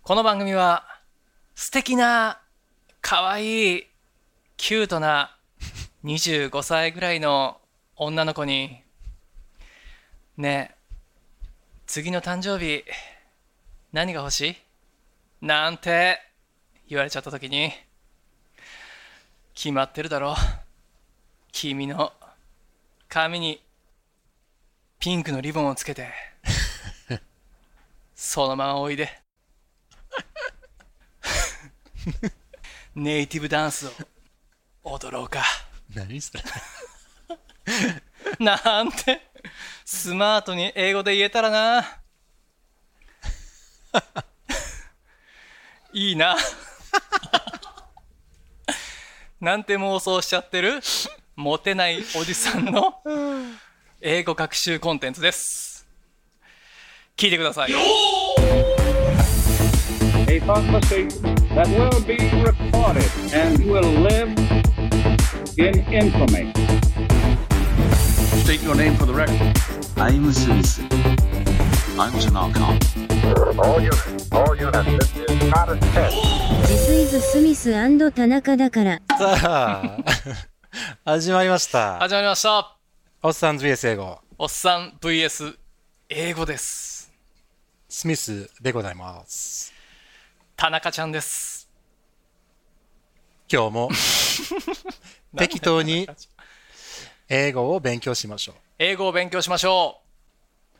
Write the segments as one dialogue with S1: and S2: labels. S1: この番組は素敵な可愛いキュートな25歳ぐらいの女の子にねえ次の誕生日何が欲しいなんて言われちゃった時に決まってるだろう君の髪にピンクのリボンをつけてそのままおいでネイティブダンスを踊ろうか
S2: 何それ
S1: なんてスマートに英語で言えたらな いいななんて妄想しちゃってるモテないおじさんの英語学習コンテンツです聞いてください
S3: a prophecy that will be recorded and will live in infamy.
S4: State your name for the record.
S5: I'm a citizen. I'm an outcome.
S6: All units, all units, this is not a test.
S7: ジスイズ・スミス田中だから。
S2: さあ始まりました
S1: 始まりました
S2: おっさんズ BS 英語
S1: おっさん VS 英語です
S2: スミスでございます
S1: 田中ちゃんです
S2: 今日も適当に英語を勉強しましょう
S1: 英語を勉強しましょ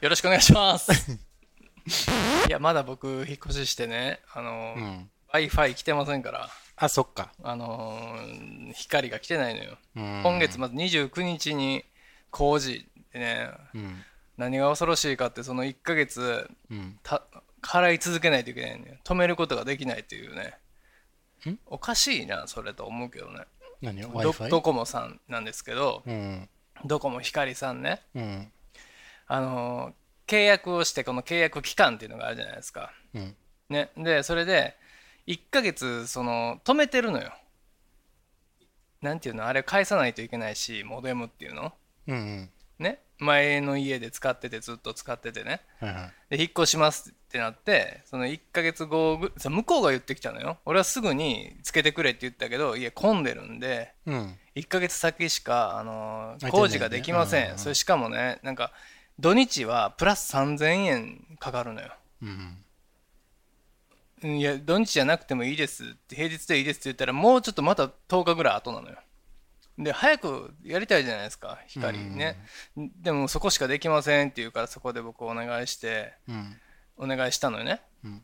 S1: うよろしくお願いします いやまだ僕引っ越ししてねあの、
S2: ん
S1: w i f i 来てませんから
S2: あそっか
S1: あのー光が来てないのよ、
S2: ん
S1: 今月まず29日に工事でね
S2: うん
S1: 何が恐ろしいかってその1ヶ月
S2: うん
S1: た払い続けないといけないのよ止めることができないっていうね
S2: ん
S1: おかしいなそれと思うけどね
S2: 何
S1: ド
S2: Wi-Fi?
S1: ドコモさんなんですけど、
S2: うん
S1: ドコモ光さんね
S2: うん
S1: あの契約をしてこの契約期間っていうのがあるじゃないですか、
S2: うん
S1: ね、でそれで1ヶ月その止めてるのよなんていうのあれ返さないといけないしモデムっていうの
S2: うんうん
S1: ね前の家で使っててずっと使っててね
S2: はいはい
S1: で引っ越しますってなってその1ヶ月後ぐそう向こうが言ってきたのよ俺はすぐにつけてくれって言ったけどいや混んでるんで
S2: うん
S1: 1ヶ月先しか、あのー
S2: 空いてないね
S1: 工事ができません、
S2: うんうんうん
S1: それしかもねなんか土日はプラス3000円かかるのよ
S2: うん
S1: うんいや土日じゃなくてもいいですって平日でいいですって言ったらもうちょっとまた10日ぐらい後なのよで早くやりたいじゃないですか光ね、でもそこしかできませんって言うからそこで僕お願いして
S2: うん
S1: お願いしたのよね、
S2: ん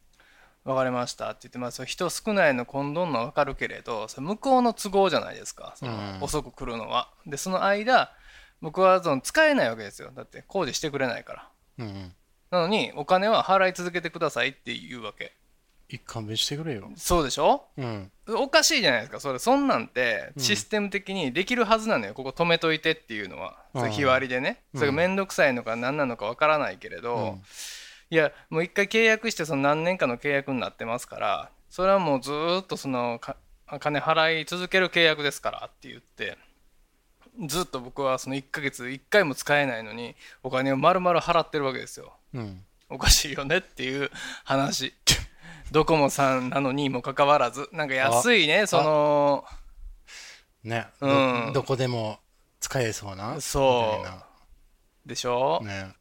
S1: わかりましたって言って、まあ、それ人少ないの混んどんのはわかるけれどそれ向こうの都合じゃないですかその、
S2: うん
S1: 遅く来るのはでその間僕はその使えないわけですよだって工事してくれないから
S2: うん
S1: なのにお金は払い続けてくださいっていうわけ
S2: 一勘弁してくれよ
S1: そうでしょ
S2: うん
S1: おかしいじゃないですかそれそんなんてシステム的にできるはずなのよ、ここ止めといてっていうのは
S2: うん
S1: それ日割りでね、
S2: うん
S1: それが面倒くさいのか何なのかわからないけれど、
S2: うん
S1: いやもう一回契約してその何年かの契約になってますからそれはもうずーっとそのか金払い続ける契約ですからって言ってずっと僕はその1ヶ月1回も使えないのにお金を丸々払ってるわけですよ
S2: うん
S1: おかしいよねっていう話ドコモさんなのにもかかわらずなんか安いねその
S2: ね
S1: うん
S2: どどこでも使えそうな
S1: そう
S2: みたいな
S1: でしょ、
S2: ね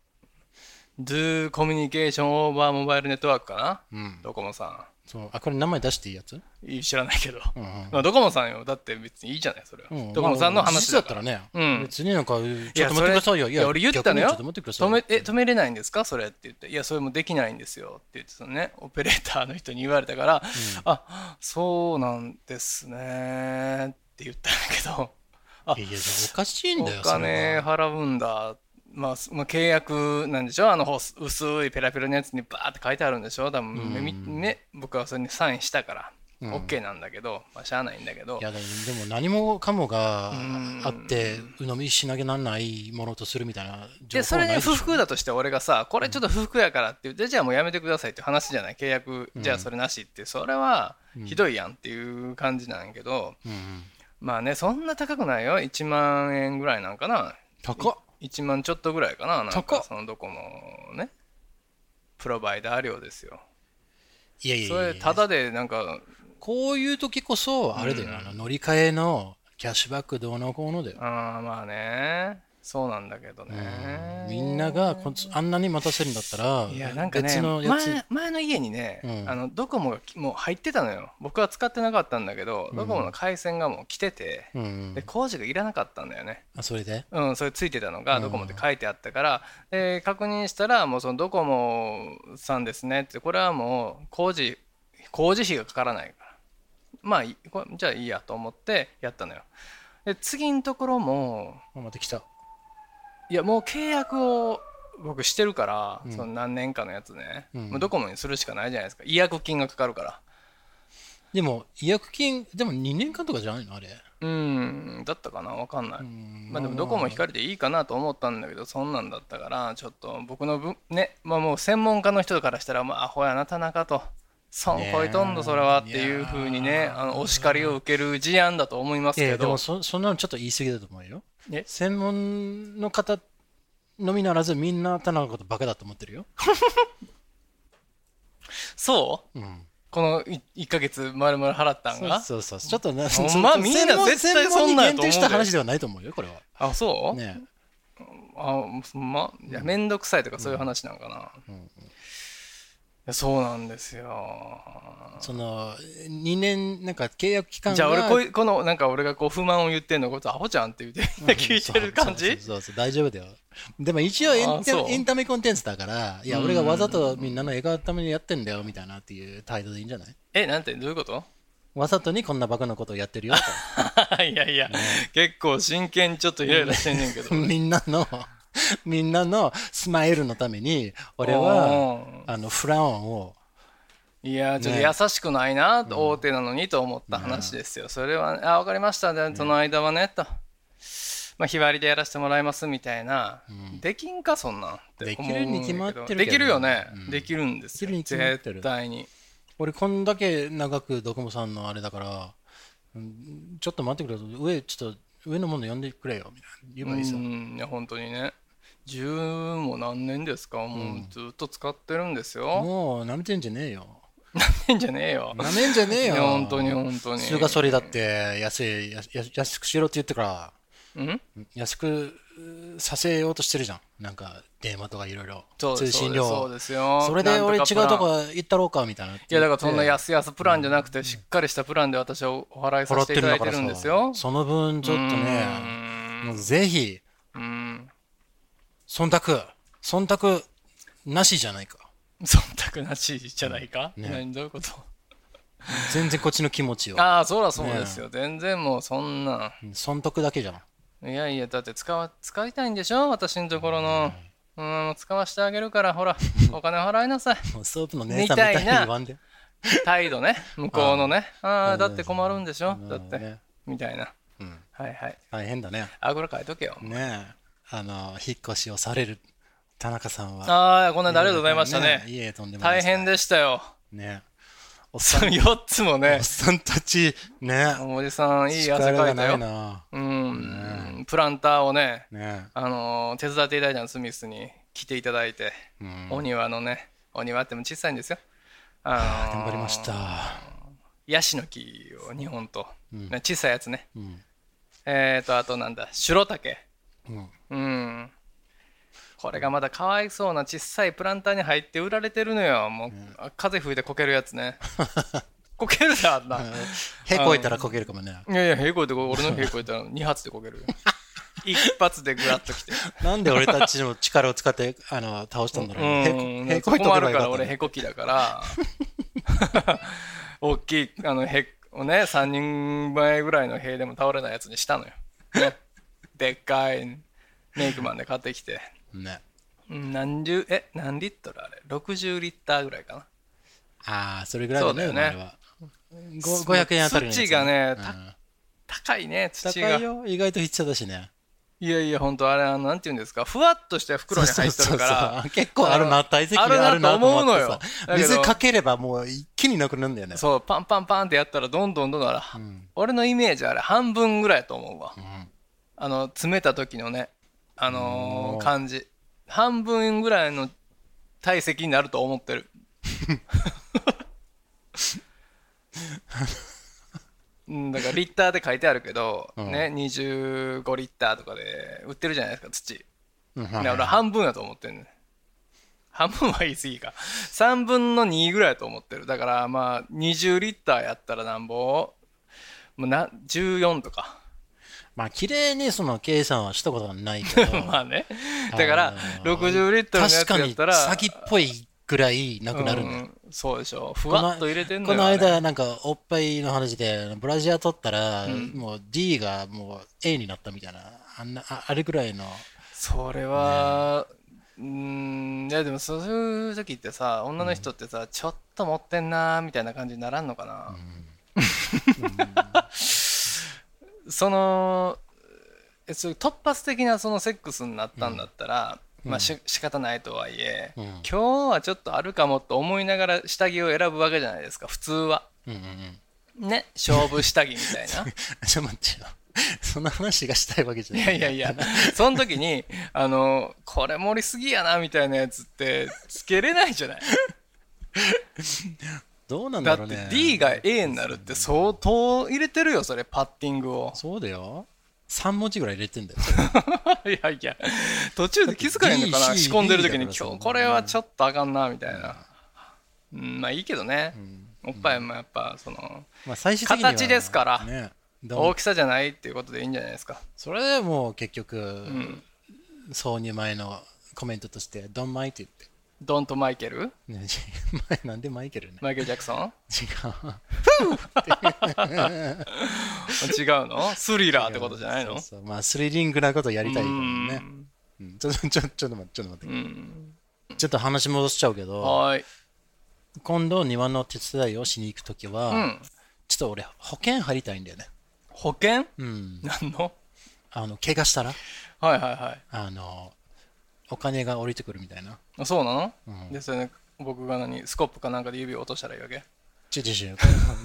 S1: Do Communication Over Mobile Network かな、
S2: うん
S1: ドコモさ
S2: そうあこれ名前出していいやつ
S1: んいい知らないけど、
S2: うんうん
S1: まあドコモさんよだって別にいいじゃないそれは、
S2: うん
S1: ドコモさんの話
S2: ま
S1: だ
S2: あ実
S1: か
S2: だ
S1: ら
S2: ったらね、
S1: うん
S2: 別になんか、ちょっと待って
S1: そ
S2: く
S1: れ
S2: ださいよ。
S1: いや俺言ったのよ
S2: 逆にちょっと待ってください
S1: 止めえ止めれないんですかそれって言っていやそれもできないんですよって言ってそのねオペレーターの人に言われたから、あそうなんですねって言ったんだけどあ
S2: いやいや、おかしいんだよ、
S1: お金
S2: それは
S1: 払うんだ、まあ、すまあ契約なんでしょあのほ薄いペラペラのやつにバーって書いてあるんでしょ多分目み目僕はそれにサインしたから、
S2: うん
S1: OK なんだけど、まあ、しゃあないんだけど
S2: いやでもでも何もかもが
S1: ん
S2: あって、鵜呑みしなげなんないものとするみたいな
S1: で
S2: 情報
S1: そ
S2: は
S1: れ
S2: ない
S1: で
S2: でしょ
S1: 不服だとして俺がさこれちょっと不服やからって言ってじゃあもうやめてくださいって話じゃない契約じゃあそれなしってそれはひどいやんっていう感じなんやけど、
S2: うんうん
S1: まあねそんな高くないよ1万円ぐらいなんかな
S2: 高っ
S1: 1万ちょっとぐらいかななん
S2: 高
S1: か
S2: っ
S1: そのドコモのねプロバイダー料ですよ
S2: いやいやいや
S1: それただでなんか
S2: こういう時こそ、あれだよ、
S1: うん
S2: あの乗り換えのキャッシュバックどうのこうのだよ。
S1: あーまあねそうなんだけどね
S2: みんながこんつあんなに待たせるんだったら、
S1: いやなんかね
S2: 別のやつ、
S1: 前前の家にね、
S2: うん
S1: あのドコモがもう入ってたのよ僕は使ってなかったんだけど、ドコモの回線がもう来てて、
S2: うん
S1: で、工事がいらなかったんだよね
S2: あそれで、
S1: うん、それついてたの
S2: う
S1: が
S2: ん
S1: ドコモって書いてあったから、で確認したらもうそのドコモさんですねってこれはもう工事工事費がかからないからまあいこれじゃあいいやと思ってやったのよで次のところも
S2: あまた来た。
S1: いやもう契約を僕してるから、
S2: うん
S1: その何年かのやつね、
S2: うん
S1: もうドコモにするしかないじゃないですか違約金がかかるから
S2: でも、違約金、でも2年間とかじゃないのあれ。
S1: うんだったかなわかんない、
S2: うん
S1: まあでもドコモ光でいいかなと思ったんだけどそんなんだったからちょっと僕のぶねまあもう専門家の人からしたらまあアホやな田中と損こいとんどそれはっていうふうに
S2: い
S1: ね
S2: やー
S1: あのお叱りを受ける事案だと思います
S2: いやい
S1: け
S2: やで
S1: ど
S2: もそそんなのちょっと言い過ぎだと思うよ。
S1: え
S2: 専門の方のみならず、みんな田中のことバカだと思ってるよ。
S1: そう
S2: うん、
S1: この1ヶ月丸々払ったん
S2: そう
S1: が
S2: そうそう。ちょっとな、
S1: ほんま
S2: そ
S1: みんな絶対
S2: 専門
S1: そんなんや
S2: 専門に限
S1: と思うで
S2: 定した話ではないと思うよ、これは。
S1: あそう、
S2: ね
S1: あほんまいやめんどくさいとかそういう話なんかな、いやそうなんですよ
S2: その2年なんか契約期間が
S1: じゃあ俺こいこのなんか俺がこう不満を言ってんのことアホちゃんって言って 聞いてる感じ
S2: そうそうそうそう大丈夫だよでも一応エン
S1: あそう
S2: タエンタメコンテンツだからいや俺がわざとみんなの映画のためにやってんだよみたいなっていう態度でいいんじゃない
S1: えなんてどういうこと
S2: わざとにこんなバカなことを やってるよと
S1: いやいや、結構真剣にちょっとイライラしてんねんけど
S2: みんなのみんなのスマイルのために 俺はあのフランを
S1: いやちょっ
S2: ね
S1: と優しくないな、大手なのにと思った話ですよ、それは、ね、あ分かりましたじゃあその間はねと、まあ、日割りでやらせてもらいますみたいな、できんかそんなんって思うんやけど
S2: できるに決まってるけど
S1: できるよね、
S2: うん
S1: できるんですよ
S2: できるに決まってる
S1: 絶対に
S2: 俺こんだけ長くドコモさんのあれだからうんちょっと待ってくれよ上ちょっと上のもの呼んでくれよみたいな言えばいいさ、
S1: うんいや本当にね10も何年ですかもううずっと使ってるんですよ、
S2: もうなめてんじゃねえよ
S1: 何年じゃねえよ
S2: なめんじゃね え
S1: い
S2: よ。
S1: や本当に本当に
S2: 菅総理だって安いやや安くしろって言ってか
S1: うん
S2: ら、安くうーさせようとしてるじゃん。なんか電話とかいろいろ
S1: そうで
S2: 通
S1: す
S2: 信
S1: そう
S2: 料。
S1: ですよ
S2: それで俺違
S1: な
S2: う
S1: とかプラン
S2: んとこ行ったろうかみたいな。い
S1: いやだからそんな安々プランじゃなくてしっかりしたプランで私はおお払いさ
S2: 払っ
S1: せて
S2: て
S1: い
S2: る
S1: ただ
S2: んだ
S1: い
S2: か
S1: て
S2: ら
S1: るん
S2: さ
S1: ですよ。
S2: その分ちょっとね、もうぜひ
S1: うん。
S2: 忖度忖度なしじゃないか。
S1: 忖度なしじゃないか、
S2: ね
S1: 何どういうこと
S2: 全然こっちの気持ちを
S1: ああ、そらそうですよ、全然もうそんな
S2: 忖度だけじゃん。
S1: ん。いやいや、だって使わ使いたいんでしょ私のところの。うん、使わしてあげるから、ほら、お金払いなさい。
S2: もうソープの姉さんみたいに
S1: みたいな
S2: 言わんで。
S1: 態度ね、向こうのね。ああ
S2: うん
S1: だって困るんでしょ
S2: うん
S1: だって、
S2: ね
S1: みたいな。
S2: うん
S1: はいはい。
S2: 大変だね。
S1: あぐらかいとけよ。
S2: ねえ、あの、引っ越しをされる田中さんは。
S1: ああ、こんなんでありがとうございましたね。
S2: ねいえ、とんでもない
S1: 大変
S2: で
S1: でしたよ。
S2: す。ねおっ
S1: そ
S2: さ
S1: の
S2: ん、
S1: 4つも
S2: お
S1: ね
S2: っ。さんたち、ね
S1: おじさ ん、いい汗
S2: 力
S1: か
S2: が
S1: いた
S2: ない
S1: よ。
S2: な。
S1: うん。プランターをね、
S2: ね
S1: あのー手伝っていただいたの、スミスに来ていただいて、
S2: うん
S1: お庭のね、お庭っても小さいんですよ。あのー
S2: 頑張りました。
S1: ヤシの木を2本と、
S2: ん
S1: ね小さいやつね。
S2: うん。
S1: えーと、あとなんだ、シュロタケ。
S2: うん
S1: うん。これがまだかわいそうな小さいプランターに入って売られてるのよ。もう、あ風吹いてこけるやつ ね。こけるだ、あんな。
S2: へこいたらこけるかもね。
S1: いやいや、平行ってこ、俺の平行ったら2発 でこ けるよ。一発でグラッときて。
S2: なんで俺たちの力を使って、あの、倒したんだろう。へこ
S1: うん
S2: へこい
S1: 困
S2: とけば
S1: るか
S2: よからった
S1: 俺
S2: ね。
S1: へこきだから 大きいあのへをね3人前ぐらいの塀でも倒れないやつにしたのよ、ね でっかいメイクマンで買ってきて
S2: ね。
S1: うん何十え何リットルあれ60リッターぐらいかな
S2: ああ、それぐらいだね、
S1: そうだよね
S2: あれは。ご500円あたりのやつ
S1: 土がね
S2: うん
S1: 高いね土
S2: 高
S1: が
S2: いよ。意外と必要だしね。
S1: いやいや本当あれあのなんて言うんですかふわっとした袋に入ってるから
S2: そうそうそう結構あるな、体積
S1: ある
S2: ある
S1: なと
S2: なと
S1: 思
S2: 思
S1: う
S2: う
S1: の
S2: の
S1: よ
S2: よ。
S1: だけ
S2: 水
S1: ど
S2: かければもう一気になくなるんだよね。
S1: そうパンパンパンってやったらどんどんどんどんあら、俺のイメージあれ半分ぐらいやと思うわ、あの詰めた時のねあのー感じ半分ぐらいの体積になると思ってるうん、だからリッターで書いてあるけど、
S2: うん
S1: ね、25リッターとかで売ってるじゃないですか、土。
S2: うん
S1: だ
S2: は
S1: から俺
S2: い
S1: 半分やと思ってんねん半分は言い過ぎか。3分の2ぐらいやと思ってる。だからまあ、20リッターやったらなんぼもうな14とか。
S2: まあ綺麗にその計算はしたことはないけ ど
S1: まあね。だから
S2: あ、の
S1: 60リットルのやつ
S2: 確
S1: やった。
S2: からに先っぽいぐらいなくなる
S1: う
S2: のよ
S1: んそうでしょ。ふ
S2: こ
S1: わ
S2: の
S1: っと入れてんの
S2: こ
S1: よ。
S2: の
S1: あれ
S2: 間、なんか、おっぱいの話で、ブラジア取ったら、もう D がもう A になったみたいな、あんな、ああれぐらいの、
S1: それは、うーん、いやでもそういう時ってさ、女の人ってさ、ちょっと持ってんなーみたいな感じにならんのかな。 その、えそういう突発的なそのセックスになったんだったら、まあし仕方ないとはいえ、
S2: うん
S1: 今日はちょっとあるかもと思いながら下着を選ぶわけじゃないですか、普通は。
S2: うんうんうん。
S1: ね、勝負下着みたいな。
S2: ちょ、待ってよ。 そんな話がしたいわけじゃ
S1: い
S2: ない。
S1: やいやいや、その時に、あの、これ盛りすぎやなみたいなやつって、つけれないじゃない。
S2: どうなん
S1: だ
S2: だ
S1: っ
S2: ろう
S1: て
S2: ね。
S1: D が A になるって相当入れてるよ、それ、パッティングを。
S2: そうだよ。3文字ぐらい入れてんだよ。
S1: いやいや、途中で気づかへんのか
S2: だっ
S1: な、
S2: て
S1: 仕込んでる時に、
S2: D C D だから
S1: 今日これはちょっとあかんな、みたいな。うん、まあいいけどね。おっぱいもやっぱ、その、
S2: まあ、最終的には、
S1: 形ですから
S2: ね。でも
S1: 大きさじゃないっていうことでいいんじゃないですか。
S2: それでもう結局、挿入前のコメントとして、ドンマイって言って。
S1: ドンとマイケル
S2: ね、 前なんでマイケルね。
S1: マイケル・ジャクソ ン
S2: 違う。
S1: 違うのスリラーってことじゃないの
S2: そうそうまあスリリングなことやりたいから
S1: う
S2: ね。うんちょっとちょちょっと待って、ちょっと待って。ちょっと話戻しちゃうけど、
S1: はーい。
S2: 今度庭の手伝いをしに行くときは、
S1: うん。
S2: ちょっと俺保険入りたいんだよね。
S1: 保険
S2: うん。
S1: 何の
S2: あの、怪我したら、
S1: はいはいはい
S2: あの、お金が降りてくるみたいな。
S1: あ。そうなの、で、それで僕が何スコップかなんかで指を落としたらいいわけ
S2: ちょちょちょ、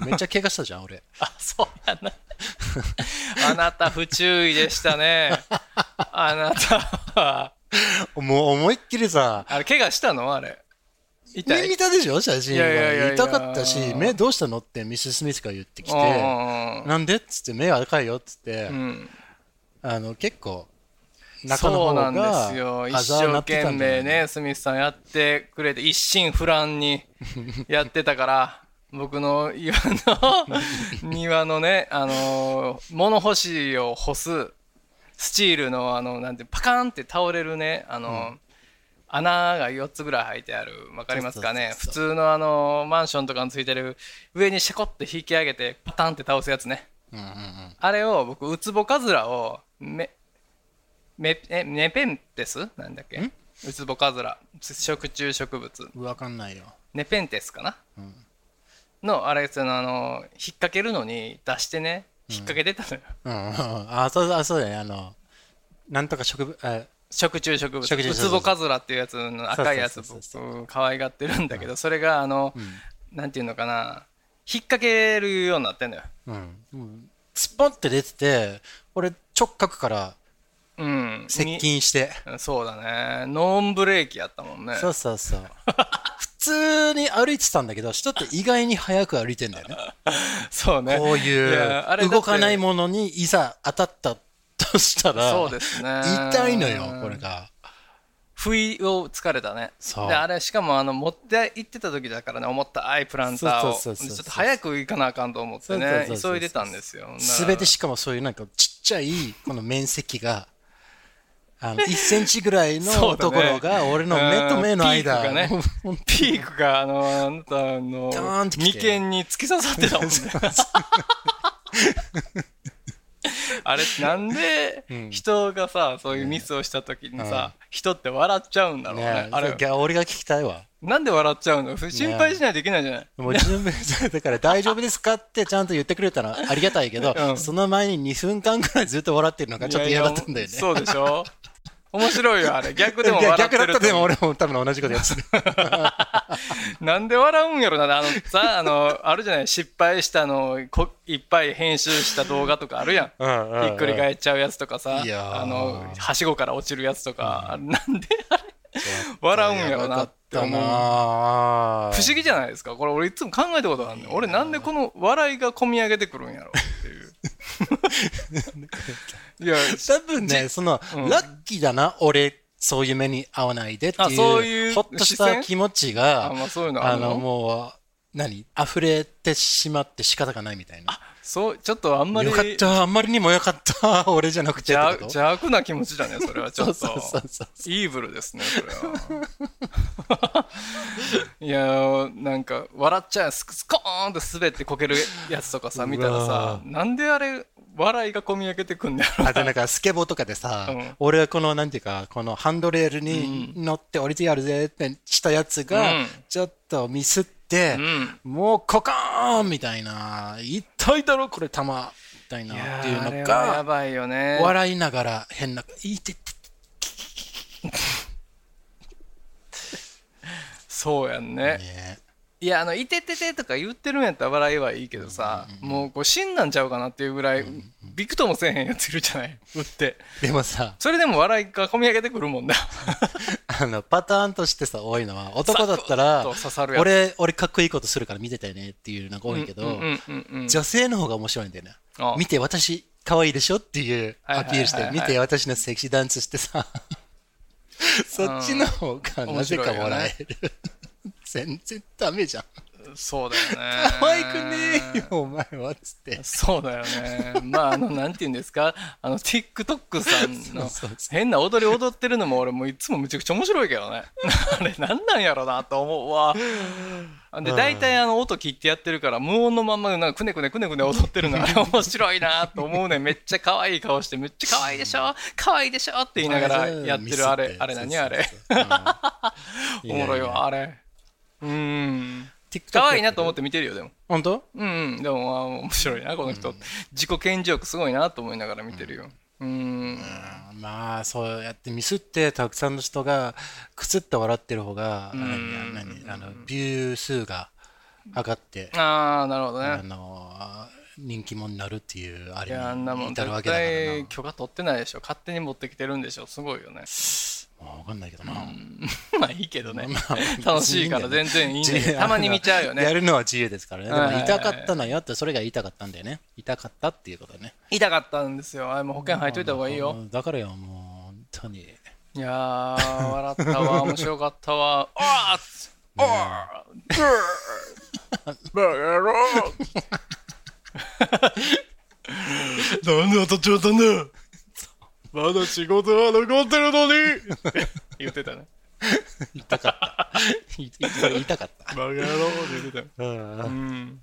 S2: めっちゃ怪我したじゃん、俺。
S1: あ、そうやな。 あなた不注意でしたね。あなたは、
S2: もう思いっきりさ、
S1: あれ、怪我したのあれ。痛
S2: 目
S1: い。
S2: 見たでしょ、写真。
S1: いやいやいやいや
S2: 痛かったし、目どうしたのってミス・スミスが言ってきて、
S1: うん
S2: なんでっつって、目赤いよっつって、
S1: うんうん。
S2: あの結構中の
S1: そ
S2: 方
S1: う
S2: が
S1: なんですよ。一
S2: あざ
S1: 生
S2: なってた
S1: 懸
S2: んだ
S1: 命
S2: よ
S1: ね、スミスさんやってくれて、一心不乱にやってたから、 僕の岩の 庭のね、あのー物干しを干す、スチールの、あの、なんて、パカーンって倒れるね、あのー穴が4つぐらい開いてある、わかりますかね。
S2: そ
S1: 普
S2: う
S1: 通のあのーマンションとかについてる、上にシャコって引き上げて、パタンって倒すやつね。あれを僕、ウツボカズラをめ、め、え、ネペンテスなんだっけウツボカズラ、食虫植物、
S2: わかんないよ
S1: ネペンテスかな、の、あれ、その、あの、引っ掛けるのに出してね、引っ掛けてたのよ。
S2: うんうんうんあそうだあそうだねあのなんとか植物あ
S1: 食虫植物
S2: 食虫植
S1: ウ
S2: 物
S1: ツボカズラっていうやつの赤いやつ
S2: そうそうそう
S1: 僕可愛がってるんだけどそれがあの、なんていうのかな引っ掛けるようになってんのよ
S2: うん、うん、スポンって出てて俺直角から
S1: うん
S2: 接近して
S1: にそうだねノンブレーキやったもんね
S2: そうそう そう普通に歩いてたんだけど人って意外に速く歩いてんだよね
S1: そうね
S2: こう
S1: い
S2: い
S1: やあれだ
S2: う
S1: って
S2: 動かないものにいざ当たったとしたら
S1: そうですね
S2: 痛いのよこれが
S1: 不意をつかれたね
S2: そう
S1: であれしかもあの持って行ってた時だからね思ったあいプランターを
S2: そうそうそうそう
S1: でちょっと早く行かなあかんと思ってね
S2: そうそうそうそう
S1: 急いでたんですよ
S2: すべて
S1: し
S2: しかもそういうなんかちっちゃいこの面積があの1センチぐらい のところが俺の目と目の間
S1: ピークがねピークがあのあなたの
S2: ドーンって来て
S1: 眉間に突き刺さってたもんね あれなんで人がさそういうミスをした時にさ、人って笑っちゃうんだろうね
S2: ね
S1: あれ
S2: いや俺が聞きたいわ
S1: なんで笑っちゃうの心配しないといけないじゃない、
S2: もう準備 だから大丈夫ですかってちゃんと言ってくれたらありがたいけど、
S1: うん
S2: その前に2分間ぐらいずっと笑ってるのがちょっと嫌だったんだ
S1: い
S2: よね
S1: やいやそうでしょ面白いよあれ逆でも
S2: いや
S1: 笑って
S2: 逆
S1: ると
S2: だったでも俺も多分同じことやって た
S1: なんで笑うんやろなあのさあのあるじゃない失敗したのをこいっぱい編集した動画とかあるやん
S2: うんうんうん
S1: ひっくり返っちゃうやつとかさ
S2: いやー
S1: あのはしごから落ちるやつとか、なんであれ笑うんやろなって思う。不
S2: 不
S1: 思議じゃないですかこれ俺いつも考えたことあるねん俺なんでこの笑いが込み上げてくるんやろっていういや
S2: 多分ね、その、
S1: うん
S2: ラッキーだな、俺、そういう目に遭わないでって
S1: あ
S2: いう、
S1: そういう
S2: ほっとし
S1: 視
S2: た
S1: 線
S2: 気持ち
S1: あ
S2: が、
S1: まあそういうのあ
S2: あ
S1: るの
S2: の、もう、何溢れてしまって仕方がないみたいな。
S1: そうちょっとあんまり
S2: よかった、あんまりにもよかった、 俺じゃなくて
S1: 邪
S2: って
S1: 悪
S2: こと
S1: 邪悪な気持ちだねそれはちょっと
S2: そうそうそうそう
S1: イーブルですねそれは いやなんか笑っちゃうスクスコーンと滑ってこけるやつとかさ見たら
S2: う
S1: さ
S2: わ
S1: なんであれ笑いが込み上げてくんだろう
S2: あとなんかスケボーとかでさ、
S1: うん
S2: 俺はこのなんていうか、このハンドレールに乗って降りてやるぜってしたやつが、
S1: うん
S2: ちょっとミスって、
S1: うん
S2: もうコカーンみたいな、一体だろ、これ玉みたいなっていう
S1: あれ
S2: の
S1: はや
S2: が、
S1: ばいよね
S2: 笑いながら変な、いてて
S1: そうやんね
S2: てね。
S1: いやあの「いててて」とか言ってるんやったら笑いはいいけどさ、もうこう死んだんちゃうかなっていうぐらい、びくともせえへんやついるじゃない打って
S2: で もさ、
S1: それでも笑いが込み上げてくるもんだ
S2: あの、パターンとしてさ、多いのは、男だった
S1: サ
S2: ら
S1: クッと刺さるや、つ
S2: 俺、俺かっこいいことするから見てたよねっていうのが多い
S1: う
S2: け
S1: ん
S2: ど
S1: う、んうんうん
S2: 女性の方が面白いんだよね
S1: あ。
S2: 見て、私、可愛いでしょっていう
S1: はいはいはいは
S2: ア
S1: い
S2: ピールして、見て、私のセクシーダンスしてさ、そっちの方がなぜか笑える。全然ダメじゃん。
S1: そうだよね
S2: 可愛くねえよ、お前は、つって。
S1: そうだよねまああのなんて言うんですかあの TikTok さん の
S2: そうそうそ。
S1: 変な踊り踊ってるのも俺もいつもむちゃくちゃ面白いけどね あれなんなんやろなと思うわで大体あの音切ってやってるから無音のまんまなんかくねくねくねくね踊ってるのあれ面白いなと思うねめっちゃ可愛い顔してめっちゃ可愛いでしょ可愛いでしょって言いながらやってるあれあれ何あれ おもろいわあれうーん可愛いなと思ってて見てるよでも
S2: 本当
S1: うんうんでもまあ面白いなこの人、自己顕示欲すごいなと思いながら見てるようん
S2: まあそうやってミスってたくさんの人がくすっと笑ってる方が何何あのビュー数が上がって
S1: ああなるほど
S2: あ
S1: ね
S2: の人気者になるっていうあ
S1: い
S2: れ
S1: やあんなも
S2: に
S1: ん
S2: 至るわ
S1: 絶
S2: けだから
S1: 対許可取ってないでしょ勝手に持ってきてるんでしょすごいよね
S2: なもう分かんないけどな
S1: まあいいけどね
S2: まあ
S1: 楽しいから全然いいんだけどたまに見ちゃうよ
S2: や
S1: ね
S2: るのは自由ですからねで
S1: はいはい
S2: も
S1: はい
S2: 痛かったのよってそれが痛かったんだよね痛かったっていうことね
S1: 痛かったんですよあれも保険入っといた方がいいよ
S2: だからよもう本 当に
S1: いやー笑ったわ 面白かったわおーっおーっブーブーやろ
S2: なんで当たっちゃったんだ
S1: まだ仕事は残ってるのに言ってたね
S2: 痛かった痛かった
S1: バカ野郎って言ってたよ
S2: うん
S1: うん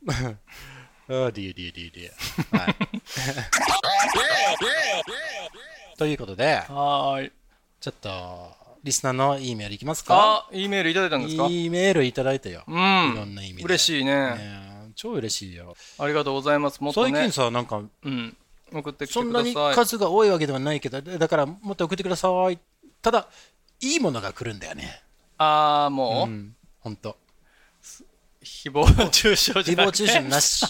S2: ああ、理由理由理由理由。 はい。ということで、
S1: はーい。
S2: ちょっと、リスナーの E メールいきますか。
S1: あ、E メールいただいたんですか
S2: E メールいただいたよ。
S1: う
S2: いろんな意味
S1: ん。
S2: で
S1: 嬉しいね。
S2: ね超嬉しいよ。
S1: ありがとうございます。もっと
S2: 最
S1: ね
S2: 近、さ、なんか、
S1: うん。送ってきて
S2: そん
S1: く
S2: な
S1: だ
S2: に
S1: さい。
S2: 数が多いわけではないけど、だからもっと送ってください。ただ、いいものが来るんだよね。
S1: あー、も
S2: う
S1: う、
S2: ん、ほ んと。
S1: 誹謗中傷じ
S2: 誹
S1: ゃなく
S2: 謗
S1: て
S2: 中傷 なし。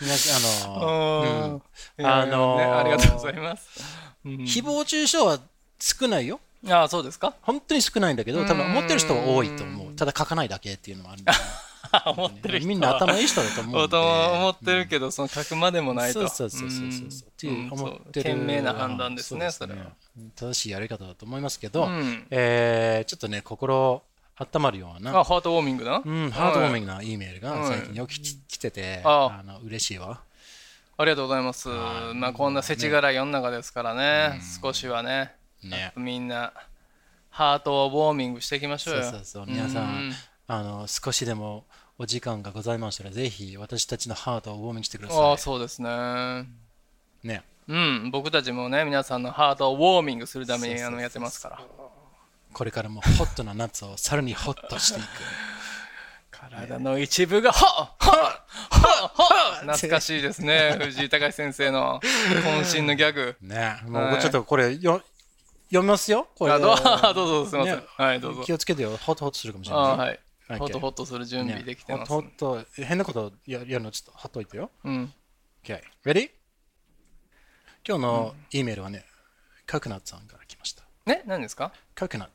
S2: なし、あの
S1: うんいや
S2: あのー
S1: ねありがとうございます。
S2: ー、誹謗中傷は少ないよ。
S1: あー、そうですか
S2: 本当に少ないんだけど、多分思ってる人は多いと思う。ただ書かないだけっていうのもあるんだよね
S1: 思ってる人は
S2: みんな頭いい人だと思うんで。
S1: 頭思ってるけど、その書くまでもないと。
S2: そうそうそうそうそうそう。っていう思ってる
S1: 賢明な判断ですね
S2: う
S1: それは
S2: 正しいやり方だと思いますけど、
S1: うん
S2: えーちょっとね、心温まるよう
S1: あ、
S2: な、
S1: ハートウォーミングな
S2: うん、ハートウォーミン
S1: グ。
S2: グな E メール
S1: は
S2: が
S1: い
S2: 最近よくき来てて、
S1: あ
S2: あの嬉しいわ。
S1: ありがとうございます。まあ、こんな世知辛い世の中ですからね、少しはね。
S2: ね。
S1: みんなハートをウォーミングしていきましょう
S2: そう
S1: よ
S2: そうそう。皆さ、
S1: うん
S2: あの少しでもお時間がございましたら、ぜひ私たちのハートをウォーミングしてくだ
S1: あ
S2: さ
S1: あそうですね
S2: い。ね。
S1: うん僕たちもね皆さんのハートをウォーミングするため
S2: そう
S1: に
S2: そ
S1: あ
S2: うそう
S1: のやってますから
S2: これからもホットな夏をさらにホッとしていく。
S1: 体の一部がほっほっほっほっ懐かしいですね藤井隆先生の渾身のギャグ
S2: ね、
S1: は
S2: も
S1: いう
S2: ちょっとこれよ読みますよ。これ
S1: あどうどうぞすいません
S2: ね
S1: はいどうぞ
S2: 気をつけてよ。ホットホットするかもしれ
S1: あ
S2: ない。
S1: はい
S2: オッ
S1: ホッ
S2: ケー
S1: トホットする準
S2: ね
S1: 備できてます
S2: ホットホット変なことややるのちょっとほっといてよ。
S1: うん
S2: OK。Ready? 今日の E メールはね、ココナッツさんから来ました。
S1: ね何ですか
S2: ココナッツ。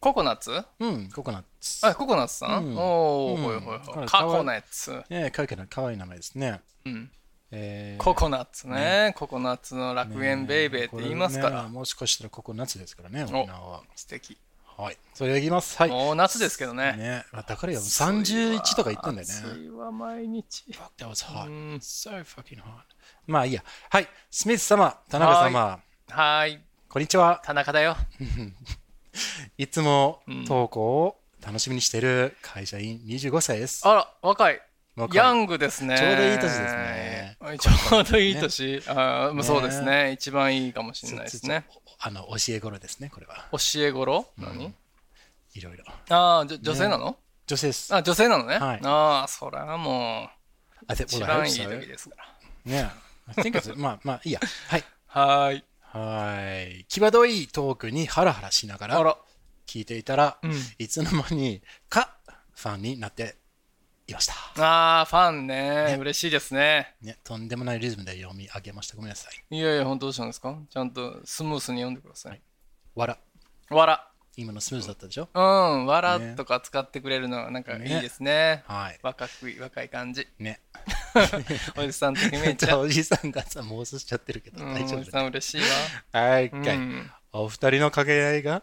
S1: ココナッツ
S2: うん、ココナッツ。
S1: あ、ココナッツさん、
S2: うん
S1: おお、
S2: うん
S1: ほいほいほ
S2: こ
S1: い。
S2: れ
S1: コ
S2: かわい
S1: コナッツ。
S2: ねえ、かわいいな可愛い名前ですね。
S1: うん。
S2: えー
S1: ココナッツね。ココナッツの楽園ベイベーって言いますか
S2: これ
S1: ら。
S2: ねもしかしたらココナッツですからね、
S1: お
S2: 沖縄は。
S1: 素敵。
S2: はい。それでいきます。はい。
S1: もう夏ですけどね。
S2: ね、まあだからよ、31とか言ったんだよ
S1: 暑
S2: ね。
S1: いわ、毎日。
S2: Fuck, that was hot.
S1: うん
S2: So fucking hot. まあいいや。はい。スミス様、田
S1: は
S2: 中
S1: い
S2: 様、
S1: はーい。
S2: こんにちは。
S1: 田中だよ。
S2: いつも
S1: うん
S2: 投稿を楽しみにしている会社員25歳です。
S1: あら、若い。
S2: 若い
S1: ヤングですね。
S2: ちょうどいい年ですね
S1: はい。ちょうどいい年。あーまあそうですね。一番いいかもしれないですね。
S2: ちょっとあの、教え頃ですね、これは。
S1: 教え頃何
S2: いろいろ。
S1: ああ、じょ女性なの
S2: 女性です。
S1: あ、女性なのね。
S2: はい
S1: ああ、そりゃもう、
S2: あ、で、
S1: 一
S2: 俺は
S1: 番いい
S2: そ
S1: 時
S2: う
S1: ですから。
S2: ね。I think it's- まあまあ、いいや。はい。
S1: はーい。
S2: はい。際どいトークにハラハラしなが
S1: あ
S2: ら
S1: ら、
S2: 聞いていたら、
S1: うん
S2: いつの間にかファンになっていました。
S1: ああ、ファンね。嬉しいですね。
S2: ね、とんでもないリズムで読み上げました。ごめんなさい。
S1: いやいや、本当どうしたんですかちゃんとスムースに読んでください。
S2: わら。
S1: わら。
S2: 今のスムーズだったでしょ
S1: うん、わら
S2: ね
S1: とか使ってくれるのはなんかいい
S2: ね
S1: ですね。
S2: はい。
S1: 若くい、若い感じ。
S2: ね。
S1: おじさんとき
S2: め
S1: め
S2: っ
S1: い
S2: ち
S1: ちゃ
S2: ゃ
S1: う。
S2: おじさんがさ、妄想しちゃってるけど、
S1: うん、
S2: 大丈
S1: お
S2: 夫
S1: じ
S2: だ
S1: さ
S2: よ。
S1: ん嬉しいわ。
S2: はい、一
S1: う
S2: 回。
S1: ん
S2: お二人の掛け合いが、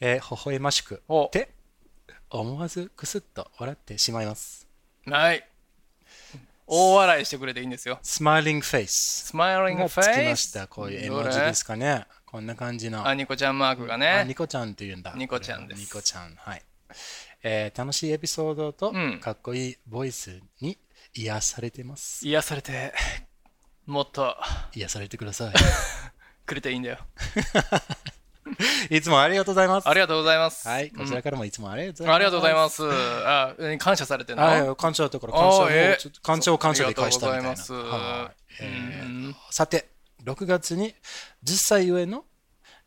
S2: えー、微笑ましく
S1: お
S2: て、思わずくすっと笑ってしまいます。
S1: はい。大笑いしてくれていいんですよ。
S2: スマイリングフェイス。
S1: スマイリン
S2: が
S1: グ
S2: つ
S1: フ
S2: き
S1: ェ
S2: ま
S1: イ
S2: し
S1: ス。
S2: た。こういう絵
S1: ど
S2: 文
S1: れ
S2: 字ですかね。こんな感じの。
S1: あ、ニコちゃんマークが
S2: あ
S1: ね
S2: ニ。コちゃんって言うんだ。
S1: ニコちゃんです
S2: ニコちゃん、はい。えー楽しいエピソードと
S1: うん
S2: かっこいいボイスに癒されてます。
S1: 癒されて、もっと
S2: 癒されてくださ
S1: くれていいんだよ。
S2: い。いつもありがとうございます。
S1: ありがとうございます。
S2: はい、こちら
S1: う
S2: からもいつもありがとうん。
S1: ありがとうございますす。あ、うん感謝されてるの
S2: はい、感謝だから感謝
S1: あーえ
S2: を
S1: ー
S2: ちょっと感謝を感謝で返したみたいな。
S1: ありがとうございます
S2: はいえー
S1: うん
S2: さて、6月に10歳上の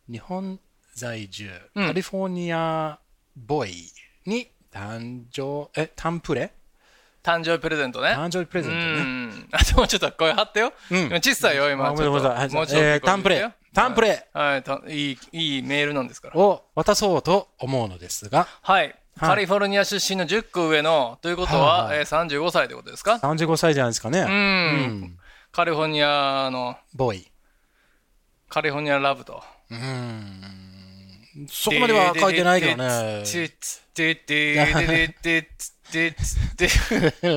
S2: 日本在住、
S1: うん
S2: カリフォルニアボーイに誕生、え、タンプレ
S1: 誕生日プレゼントね。
S2: 誕生日プレゼントね。
S1: うん。あ、でもちょっと声張ってよ。
S2: うん
S1: 今小さいよ、今。
S2: あごめんなさい
S1: ちょっともうちょっと
S2: えータンプレ
S1: こう言ってよ
S2: タンプレ
S1: はいはいたいい、いいメールなんですから。
S2: を渡そうと思うのですが、
S1: はい。カリフォルニア出身の10個上の、ということは
S2: はいはい
S1: えー35歳ということですか
S2: 35歳じゃないですかね。う
S1: うん。カリフォルニアの、
S2: ボーイ。
S1: カリフォルニアラブと。
S2: うん。そこまでは書いてないけどね。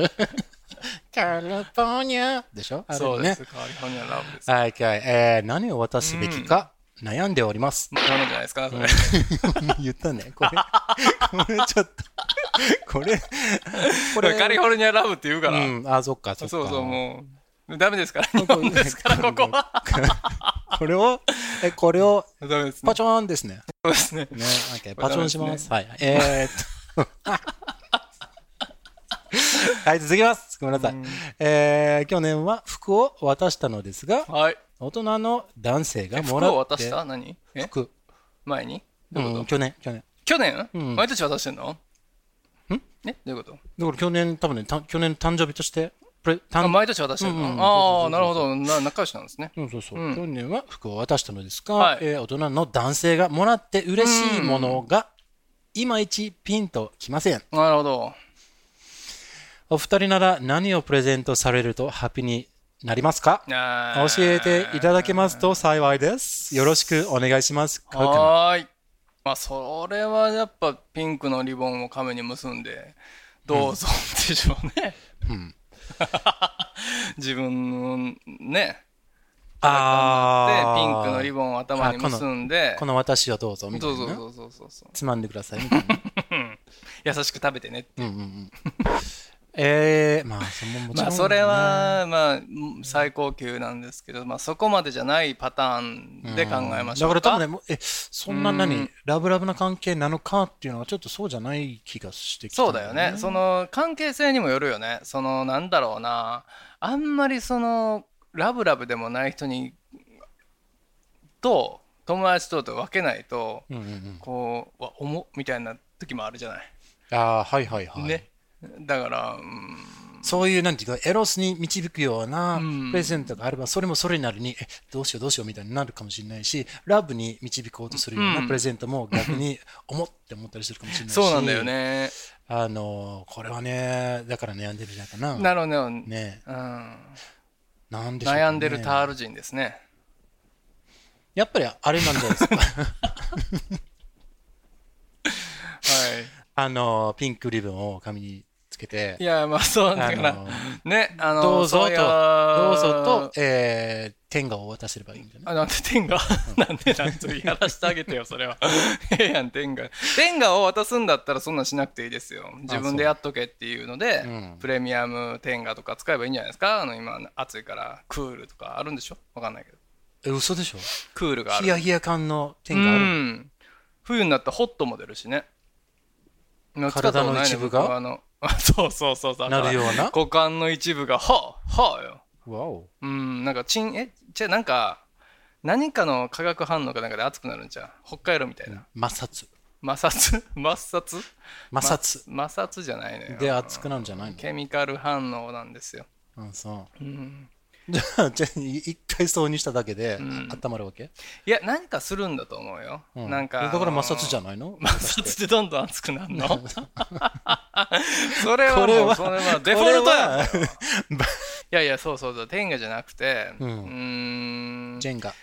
S2: カリフォルニアでしょあれね
S1: そうです。カリフォルニアラブです。
S2: はい、はいえー何を渡すべきか悩んでおります。
S1: ダメじゃないですか、それ。
S2: 言ったね。これ、これちょっと、これ、
S1: これカリフォルニアラブって言うから。
S2: うん、あ、そっか、そ
S1: そう
S2: っか。
S1: そう、もう。ダメですから、日本ですから、ここは。
S2: これを、え、これを、
S1: ダメですね
S2: パ。チョーンですね。
S1: そうですね。
S2: ね、OK パチョンします。はい。えーっと。 はい、続きます。ごめんなさい。えー去年は服を渡したのですが、
S1: はい。
S2: 大人の男性が
S1: 服
S2: もらって。
S1: を渡した何え
S2: 服
S1: 前に
S2: うん、去年、去年。
S1: 去年
S2: ん
S1: 毎年渡してんのんえどういうこと
S2: だから去年、多分ね、た去年誕生日として、プレ誕
S1: あ毎年渡してる
S2: うんうん
S1: のああ、なるほど。な仲良しなんですね。
S2: うん、そうそう、
S1: うん
S2: 去年は服を渡したのですが、
S1: はい
S2: えー大人の男性がもらって嬉しいものが、いまいちピンときません。
S1: なるほど。
S2: お二人なら何をプレゼントされるとハッピーになりますか
S1: 教
S2: 教えていただけますと幸いです。よろしくお願いします。ココナ
S1: はーい。まあ、それはやっぱピンクのリボンを亀に結んで、どうぞでしょうね。 自分のね、
S2: あ
S1: でピ
S2: ー
S1: ンクのリボンを頭に結んで、
S2: この私をどうぞみたい
S1: そ
S2: な。
S1: うそうそうそうそうそう。
S2: つまんでくださいみたいな。
S1: 優しく食べてねって。
S2: うんうんうん。えー、まあ、そのもちろん、ね。
S1: まあ、それは、まあ、最高級なんですけど、まあ、そこまでじゃないパターンで考えましょう
S2: だか
S1: か
S2: ら多分ね、もうえ、そんな何、ラブラブな関係なのかっていうのはちょっとそうじゃない気がしてきた、
S1: そうだよね。その関係性にもよるよね。そのなんだろうな。あんまりそのラブラブでもない人にと友達とと分けないと、
S2: うんうんうん。
S1: こうわ重っみたいな時もあるじゃない。
S2: ああ、はいはいはい。
S1: ね。だから、うん
S2: そういう、なんていうか、エロスに導くような
S1: うん
S2: プレゼントがあれば、それもそれなりに、え、どうしようどうしようみたいになるかもしれないし、ラブに導こうとするよう
S1: うん
S2: なプレゼントも逆に思って思ったりするかもしれないし、
S1: そうなんだよ。ね。
S2: あの、これはね、だから悩んでるんじゃないかな。
S1: なるほどね。
S2: ね
S1: うん、
S2: なんでしょうかね
S1: 悩んでるタール人ですね。
S2: やっぱりあれなんじゃないですか。
S1: は
S2: あの、ピンクリボンを髪につけて
S1: い。い、や、まあそうなんだから、
S2: あの
S1: ね、あの、
S2: どうぞ
S1: そ
S2: と、
S1: りゃ
S2: どうぞと、、えー、天下を渡せればいいんじゃない
S1: あ、なんで天下なんでなんでやらしてあげてよ、それは。ええやん、天下。天下を渡すんだったらそんなんしなくていいですよ。自分でやっとけっていうので、
S2: うん
S1: プレミアム天下とか使えばいいんじゃないですかあの、今、暑いから、クールとかあるんでしょわかんないけど。
S2: え、嘘でしょ
S1: クールがある。
S2: ヒヤヒヤ感の
S1: う
S2: 天下ある。
S1: ん。冬になったらホットも出るしね。
S2: 体の一部が
S1: 僕はあの そうそうそうそう。
S2: なるような
S1: 股間の一部が、はあ、はあよ。
S2: わお。
S1: うん、なんかチン、え、じゃあなんか、何かの化学反応かなんかで熱くなるんじゃん。北海道みたいな。
S2: 摩擦。
S1: 摩擦 摩擦
S2: 摩擦
S1: ま摩擦じゃないのよ。
S2: で熱くなるんじゃないの
S1: ケミカル反応なんですよ。
S2: うん、そうう。
S1: ん、
S2: じゃあ、じゃあ一回挿入しただけで、温まるわけ、
S1: いや、何かするんだと思うよ。
S2: う
S1: なんか。
S2: だから摩擦じゃ
S1: ん。
S2: ないの
S1: 摩擦でどんどん熱くなるの それはもう
S2: これは
S1: それはデフォルトやん
S2: これは
S1: いやいや、そうそうそう、天下じゃなくて、う
S2: うん
S1: ーん、
S2: ジ
S1: ジ
S2: ェンガ。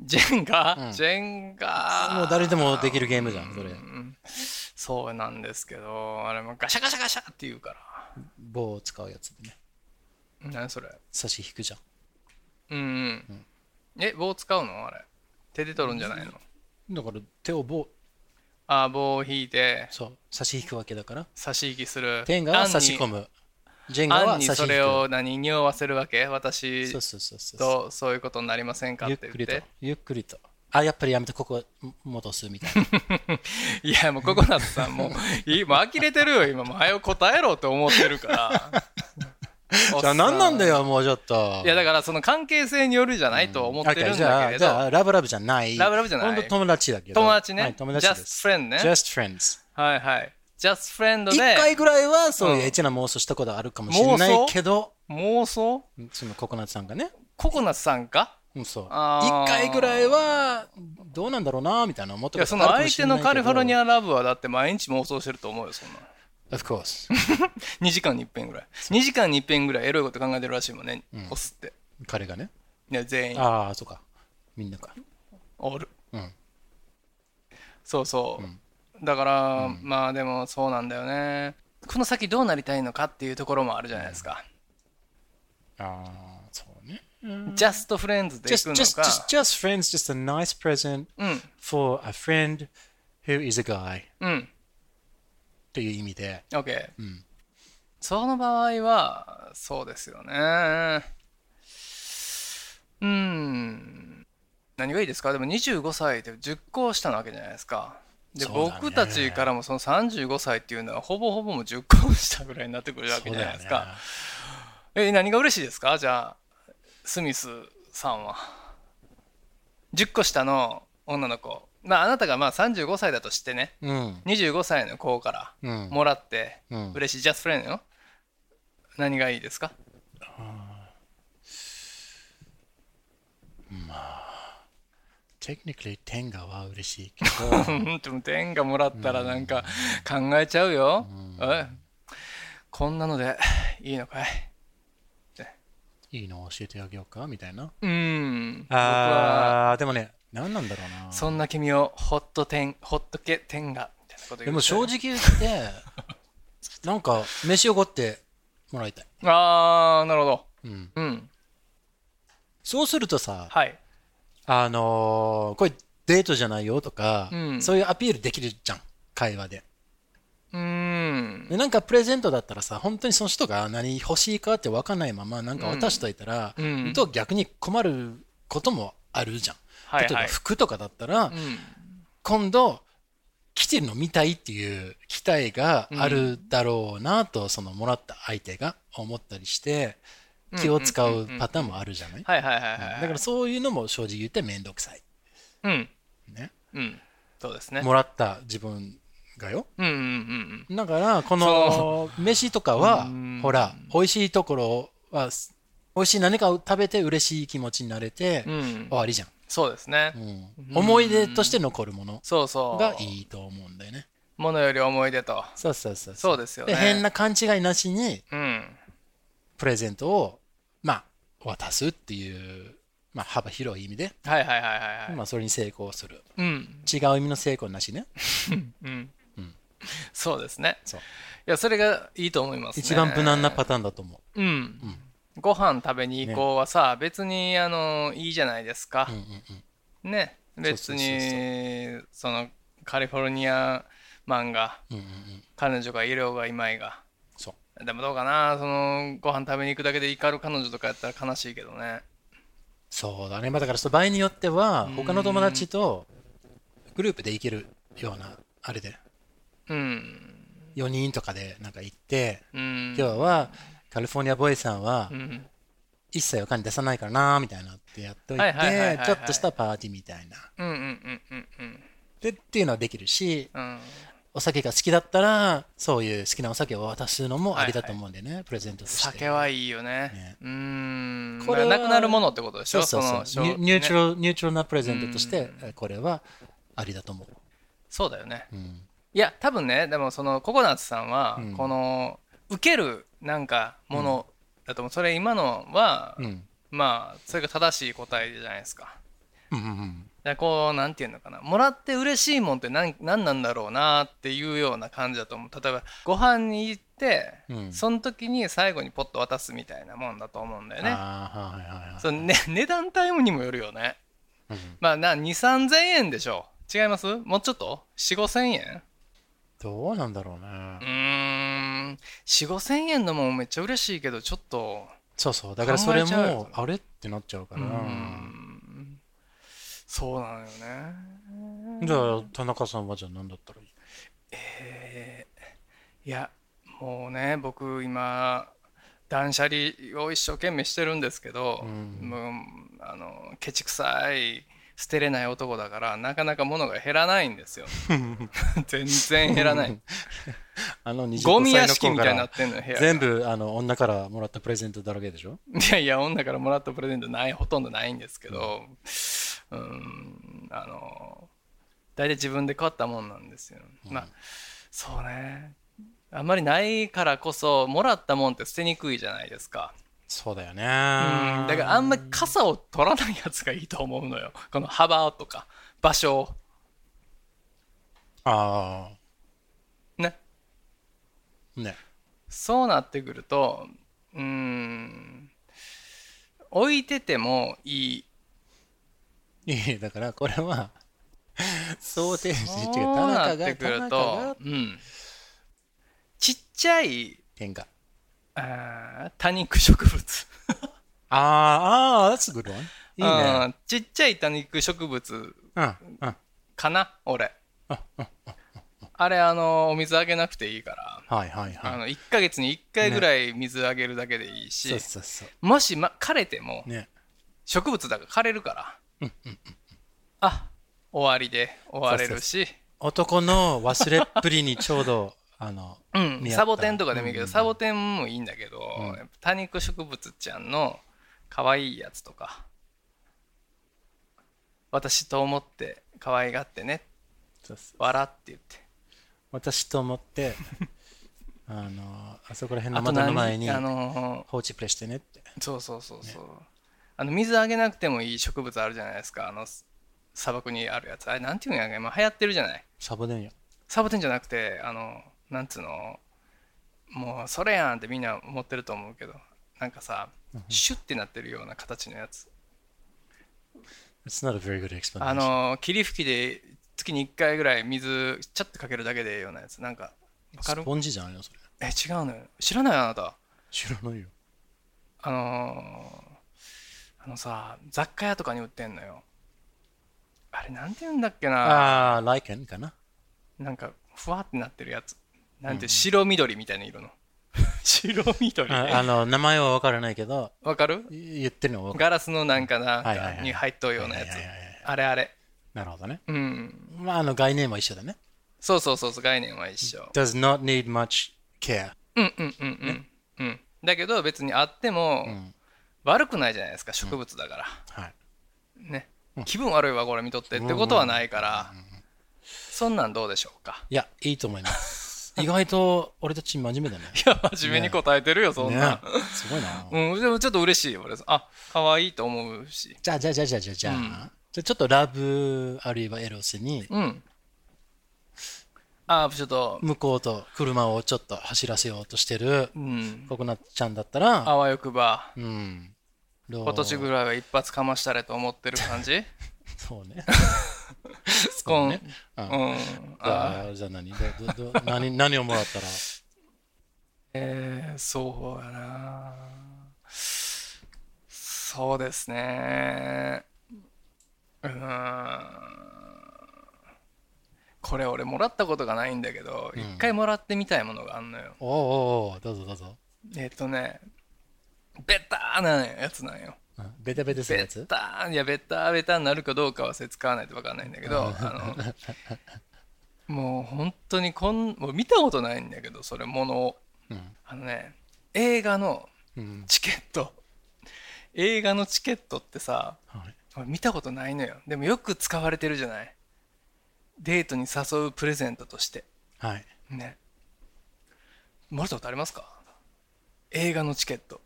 S1: ェンガ、
S2: うん
S1: ジェンガ
S2: もう誰でもできるゲームじゃん、それ。
S1: そうなんですけど、あれもガシャガシャガシャって言うか
S2: 棒を使うやつでね。
S1: ら。何それ
S2: 差し引くじゃん。
S1: うん、うん。え、棒使うのあれ。手で取るんじゃないの
S2: だから手を棒、
S1: あ、棒を引いて、
S2: そう、差し引くわけだから。
S1: 差し引きする。
S2: 天下は差し込
S1: む。
S2: む。ジェンガ
S1: あ
S2: は
S1: んに
S2: 差し
S1: そ
S2: 引く。
S1: れを何匂わせるわけ私
S2: そうそうそうそう。
S1: とそういうことになりませんかっ
S2: ゆってく
S1: 言
S2: り
S1: っ
S2: と
S1: て。
S2: ゆっくりと。あ、やっぱりやめて、ここも戻すみたい な。
S1: いやもうココナッツさんもういいもう呆れてるよ今もう早よ答えろって思ってるから
S2: じゃあ何なんだ
S1: よ
S2: よ、もうちょっと。
S1: いやだからその関係性によるじゃないと思ってるん
S2: じゃ
S1: だ
S2: あ
S1: けれ
S2: じ
S1: ど
S2: ゃあラブラブじゃない。
S1: ラブラブじゃない
S2: 本当友達だけど。
S1: 友達ね
S2: はい、友達です。
S1: Just friend ね
S2: Just friends。
S1: はいはい Just Friend
S2: 一回
S1: で
S2: ぐらいはそう
S1: う
S2: い
S1: ん
S2: うエッチな妄想したことあるかもしれないけど、
S1: 妄想
S2: そのココナッツさんがね。
S1: ココナッツさんか
S2: うん、そう。
S1: あー
S2: 一回ぐらいは、どうなんだろうな、みたいな思っ
S1: い
S2: たこ
S1: や
S2: と
S1: そ
S2: あ
S1: の
S2: るかも
S1: 相
S2: し
S1: 手
S2: れない
S1: の
S2: けど。
S1: カリフォルニアラブはだって毎日妄想してると思うよそんな
S2: Of course。
S1: 2時間に1遍ぐらい2時間に1遍ぐらいエロいこと考えてるらしいもんねオスって
S2: 彼がね。
S1: ね全員
S2: ああ、そうか。みんなか。
S1: おる
S2: うん。
S1: そうそう、だから、まあでもそうなんだよねこの先どうなりたいのかっていうところもあるじゃないですか、
S2: ああ、そうね。
S1: ジャストフレンズでいく
S2: just
S1: の
S2: just
S1: か
S2: just just friends just a nice present
S1: うん
S2: for a friend who is a guy
S1: うん
S2: という意味で
S1: OK、
S2: ん
S1: その場合はそうですよねうん何がいいですかでも25歳で10個下なわけじゃないですかで、
S2: そうだね
S1: 僕たちからもその35歳っていうのはほぼほぼもう10個下ぐらいになってくるわけじゃないですか、え何が嬉しいですかじゃあスミスさんは10個下の女の子まああなたがまあ35歳だとしてね
S2: そうだよね
S1: 25歳の子から
S2: うんうん
S1: もらって
S2: うん
S1: 嬉しいジャストフレンドよ何がいいですか
S2: テクニカル天下は嬉 しいけど
S1: うんでも天がもらったらなんか考えちゃうよ、えこんなのでいいのかい
S2: いいの教えてあげようかみたいな
S1: うん僕は
S2: ああでもね何なんだろうな
S1: そんな君をホットテンホットケ天がみたいなこと言う
S2: でも正直言 ってなんか飯おごってもらいたい、
S1: ああなるほど
S2: うん、
S1: うん
S2: そうするとさ
S1: はい
S2: あのーこれデートじゃないよとか、
S1: うん
S2: そういうアピールできるじゃん会話で
S1: うーん
S2: でなんかプレゼントだったらさ本当にその人が何欲しいかって分かんないままなんか渡しといたら、
S1: うんうん
S2: と逆に困ることもあるじゃん、
S1: はいはい
S2: 例えば服とかだったら、
S1: うん
S2: 今度着てるの見たいっていう期待があるだろうなと、そのもらった相手が思ったりして気を使うパターンもあるじゃない、
S1: はいはいはいはいはい
S2: だからそういうのも正直言って面倒くさい、
S1: うん
S2: ね
S1: うんそうですね
S2: もらった自分がよ。
S1: うんうんうん
S2: だから、この
S1: そ
S2: 飯とか
S1: う
S2: は
S1: ん、
S2: ほら、美味しいところは、す美味しい何かを食べて嬉しい気持ちになれて、
S1: うん。うん
S2: 終。わりじゃん,、
S1: そうですね。
S2: うん。
S1: うん
S2: 思い出として残るもの
S1: そうそう。
S2: がいいと思うんだよね。
S1: ものより思い出と。
S2: そうそうそう
S1: そうですよね。
S2: で変。な勘違いなしに、
S1: うん。
S2: プレゼントを、まあ、渡すっていう、まあ、幅広い意味で、
S1: はいはいはいはいはい。
S2: まあ、それに成功する。
S1: うん。
S2: 違う意味の成功なしね。
S1: うん
S2: うん。
S1: そうですね。
S2: そう
S1: いや、それがいいと思いますね。
S2: 一番無難なパターンだと思
S1: うん。ご飯食べに行こうはさ、別に、あの、いいじゃないですか
S2: う。う。んうん
S1: ね。別に、その、カリフォルニアマンが、
S2: うんうんうんうん。
S1: 彼女がいようがいまいが。
S2: そう。
S1: でもどうかな、その、ご飯食べに行くだけで怒る彼女とかやったら悲しいけどね。
S2: そうだね。まあ、だからその場合によっては、
S1: うん
S2: 他の友達とグループで行けるような、あれで、
S1: うん。
S2: 4人とかでなんか行って、
S1: うん。
S2: 今日はカリフォルニアボーイさんは
S1: うん。
S2: 一切お金出さないからな、みたいなってやっとい
S1: はいはいはいはい
S2: て
S1: は、い
S2: ちょっとしたパーティーみたいな。
S1: うんうんうんうんうん
S2: で、っていうのはできるし、
S1: うん
S2: お酒が好きだったら、そういう好きなお酒を渡すのもありだと思うんでね、プレゼントとして。
S1: 酒はいいよね
S2: ね
S1: うーん
S2: これは
S1: なくなるものってことでし
S2: そ
S1: ょ
S2: うそうそう
S1: その
S2: ニュ
S1: しょね
S2: ニュートラル、ニュートラルなプレゼントとして、えこれはありだと思う。
S1: そうだよね
S2: うん
S1: いや多分ねでもそのココナッツさんは、
S2: うん
S1: この受けるなんかものだと思うそれ今のは、
S2: うん
S1: まあそれが正しい答えじゃないですか
S2: うんうんうん
S1: だからこうなんていうのかなもらって嬉しいもんって何何なんだろうなっていうような感じだと思う例えばご飯に行って、
S2: うん
S1: その時に最後にポッと渡すみたいなもんだと思うんだよね
S2: あーはいはいはい
S1: そうね、値段タイムにもよるよね。
S2: うん
S1: まあな、2、3000円でしょう。違いますもうちょっと ?4、5000円
S2: どうなんだろう
S1: う
S2: ね。
S1: ーん、4、5000円のもんめっちゃ嬉しいけど、ちょっと、
S2: そうそう。だからそれ
S1: 考えちゃうよ
S2: も、あれってなっちゃうか
S1: うー
S2: ら。
S1: ん、そうなのよね。
S2: じゃあ、田中さんはじゃあ何だったらいい
S1: いや、もうね、僕今、断捨離を一生懸命してるんですけど、
S2: うん
S1: もうあのケチくさい捨てれない男だからなかなか物が減らないんですよ 全然減らない
S2: あの25
S1: ゴミ屋
S2: 歳
S1: 敷
S2: の
S1: み
S2: 子
S1: た
S2: か
S1: いにな
S2: ら
S1: ってんのよ部屋が
S2: 全部あの女からもらったプレゼントだらけでしょ
S1: いやいや女からもらったプレゼントないほとんどないんですけどうんあの大体自分で買ったもんなんですよ、まあそうねあんまりないからこそもらったもんって捨てにくいじゃないですか
S2: そうだよ
S1: う
S2: ね。
S1: んだからあんまり傘を取らないやつがいいと思うのよこの幅とか場所を
S2: あ
S1: ね
S2: あ、ね。
S1: そうなってくると、うーん、置いててもいい。
S2: いやいやだからこれは想定値っていう
S1: そう
S2: か
S1: な
S2: 田中
S1: って
S2: が
S1: くる
S2: 田中
S1: と
S2: が、
S1: うん、ちっちゃい
S2: 喧嘩
S1: あー多肉植物
S2: あーあー that's a good one いいね
S1: うんちっちゃい多肉植物
S2: うんうん
S1: かな、俺。あれ、あの、お水あげなくていいから。
S2: はいはい
S1: あ
S2: はい
S1: の1ヶ月に1回ぐらい水あげるだけでいいし、
S2: そうそうそ
S1: もし、ま、枯れても
S2: うね
S1: 植物だから枯れるから、あ終わりで終われるし
S2: 男の忘れっぷりにちょうどあの
S1: うん、
S2: 見合った
S1: サボテンとかでもいいけど、
S2: うん
S1: サボテンもいいんだけど、
S2: うん
S1: やっぱ多肉植物ちゃんの可愛いやつとか私と思って可愛がってね
S2: そうそう
S1: 笑って言って
S2: 私と思ってあのあそこら辺の
S1: あと
S2: 窓の
S1: 何
S2: 前に
S1: あの
S2: 放置プレイしてねって
S1: そうそうそうそう、あの水あげなくてもいい植物あるじゃないですかあの砂漠にあるやつあれなんていうんやんか今流行ってるじゃない
S2: サボテンよ
S1: サボテンじゃなくてあのなんつうのもうそれやんってみんな思ってると思うけどなんかさシュッてなってるような形のやつ
S2: It's not a very good explanation
S1: あの霧吹きで月に1回ぐらい水ちゃっとかけるだけでいいようなやつなんかわか
S2: ス
S1: る
S2: ポンジじゃないのそれ
S1: え違うのよ知らないあなた
S2: 知らないよ
S1: あのーあのさ雑貨屋とかに売ってんのよあれなんて言うんだっけな
S2: ああーライケンかな
S1: なんかふわってなってるやつなんて白緑みたいな 色の白緑
S2: ああの名前は分からないけど
S1: わかる
S2: 言ってるのは分かる
S1: ガラスのなんかなん
S2: はいはい
S1: か
S2: はい
S1: に入っとうようなやつ
S2: はいはいはいはい。
S1: あれあれ。
S2: なるほどね
S1: うん。
S2: まああの概念は一緒だね
S1: そうそうそうそう、概念は一緒。
S2: does not need much care.
S1: うんうんうんうん。うん、だけど別にあっても
S2: ん
S1: 悪くないじゃないですか、植物だから。
S2: はい。
S1: ね、気分悪いわこれ見とってってことはないから、そんなんどうでしょう か
S2: いや、いいと思 います。意外と俺たち真面目だね。
S1: いや真面目に答えてるよそん
S2: ね
S1: な、、
S2: すごいな。
S1: うんでもちょっと嬉しいよ俺あ可愛いと思うし
S2: じゃあ、じゃあ、じゃあ、じゃあ、じゃあ、じゃあ、じゃあちょっとラブあるいはエロスに、
S1: うんあちょっと
S2: 向こうと車をちょっと走らせようとしてる
S1: うん
S2: ココナッツちゃんだったら、
S1: あわよくば
S2: うん。
S1: 今
S2: 今
S1: 年ぐらいは一発かましたれと思ってる感じ
S2: そ うね。
S1: スコーン、
S2: ねう。
S1: うんんあ
S2: あじゃあ何どどど何 何をもらったら
S1: えー、そうやなそうですねうーんこれ俺もらったことがないんだけど一、回もらってみたいものがあんのよ
S2: おうおうおうどうぞどうぞ。
S1: えっ、とねベターなやつなんよ
S2: うんベタベタする
S1: ベ
S2: やつ
S1: ターいやベターベターになるかどうかはせ使わないと分かんないんだけどあのもう本当にこんもう見たことないんだけどそれものを、
S2: うん
S1: あのね映画の
S2: うん。
S1: チケット映画のチケットってさ
S2: はい
S1: 見たことないのよでもよく使われてるじゃないデートに誘うプレゼントとして
S2: はい。
S1: ねもらったことありますか映画のチケット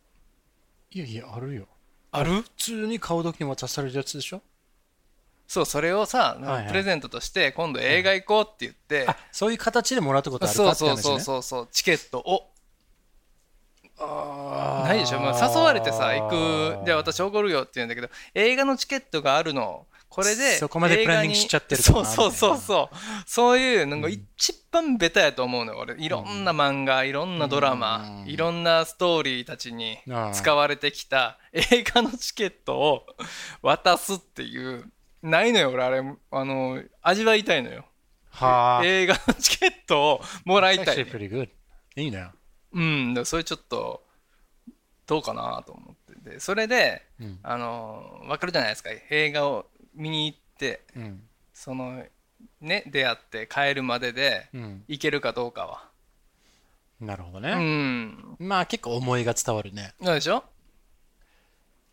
S2: いやいや、あるよ。
S1: ある
S2: 普通に顔時に渡されるやつでしょ
S1: そうそれをさ、
S2: はいはい
S1: プレゼントとして今度映画行こうって言って、
S2: あそういう形でもらったことある
S1: そ
S2: か
S1: う
S2: って話
S1: そう
S2: ね。
S1: そうそうそうチケットを
S2: あー
S1: ないでしょ、まあ、誘われてさ行くじゃあ私おごるよって言うんだけど映画のチケットがあるのこれで
S2: そこまで
S1: 映画に
S2: プランニングしちゃってるかな
S1: そうそうそうそうそういうなんか一番ベタやと思うのよ俺いろんな漫画いろんなドラマいろんなストーリーたちに使われてきた映画のチケットを渡すっていうないのよ俺あれあの味わいたいのよ
S2: はあ。
S1: 映画のチケットをもらいたい
S2: Actually pretty good. いいね。
S1: うん、だからそれちょっとどうかなと思っててそれで、
S2: うん
S1: あの分かるじゃないですか映画を見に行って
S2: うん。
S1: そのね出会って帰るまでで
S2: うん。
S1: 行けるかどうかは
S2: なるほど
S1: う
S2: ね。
S1: ん
S2: まあ結構思いが伝わるね。
S1: どうでしょ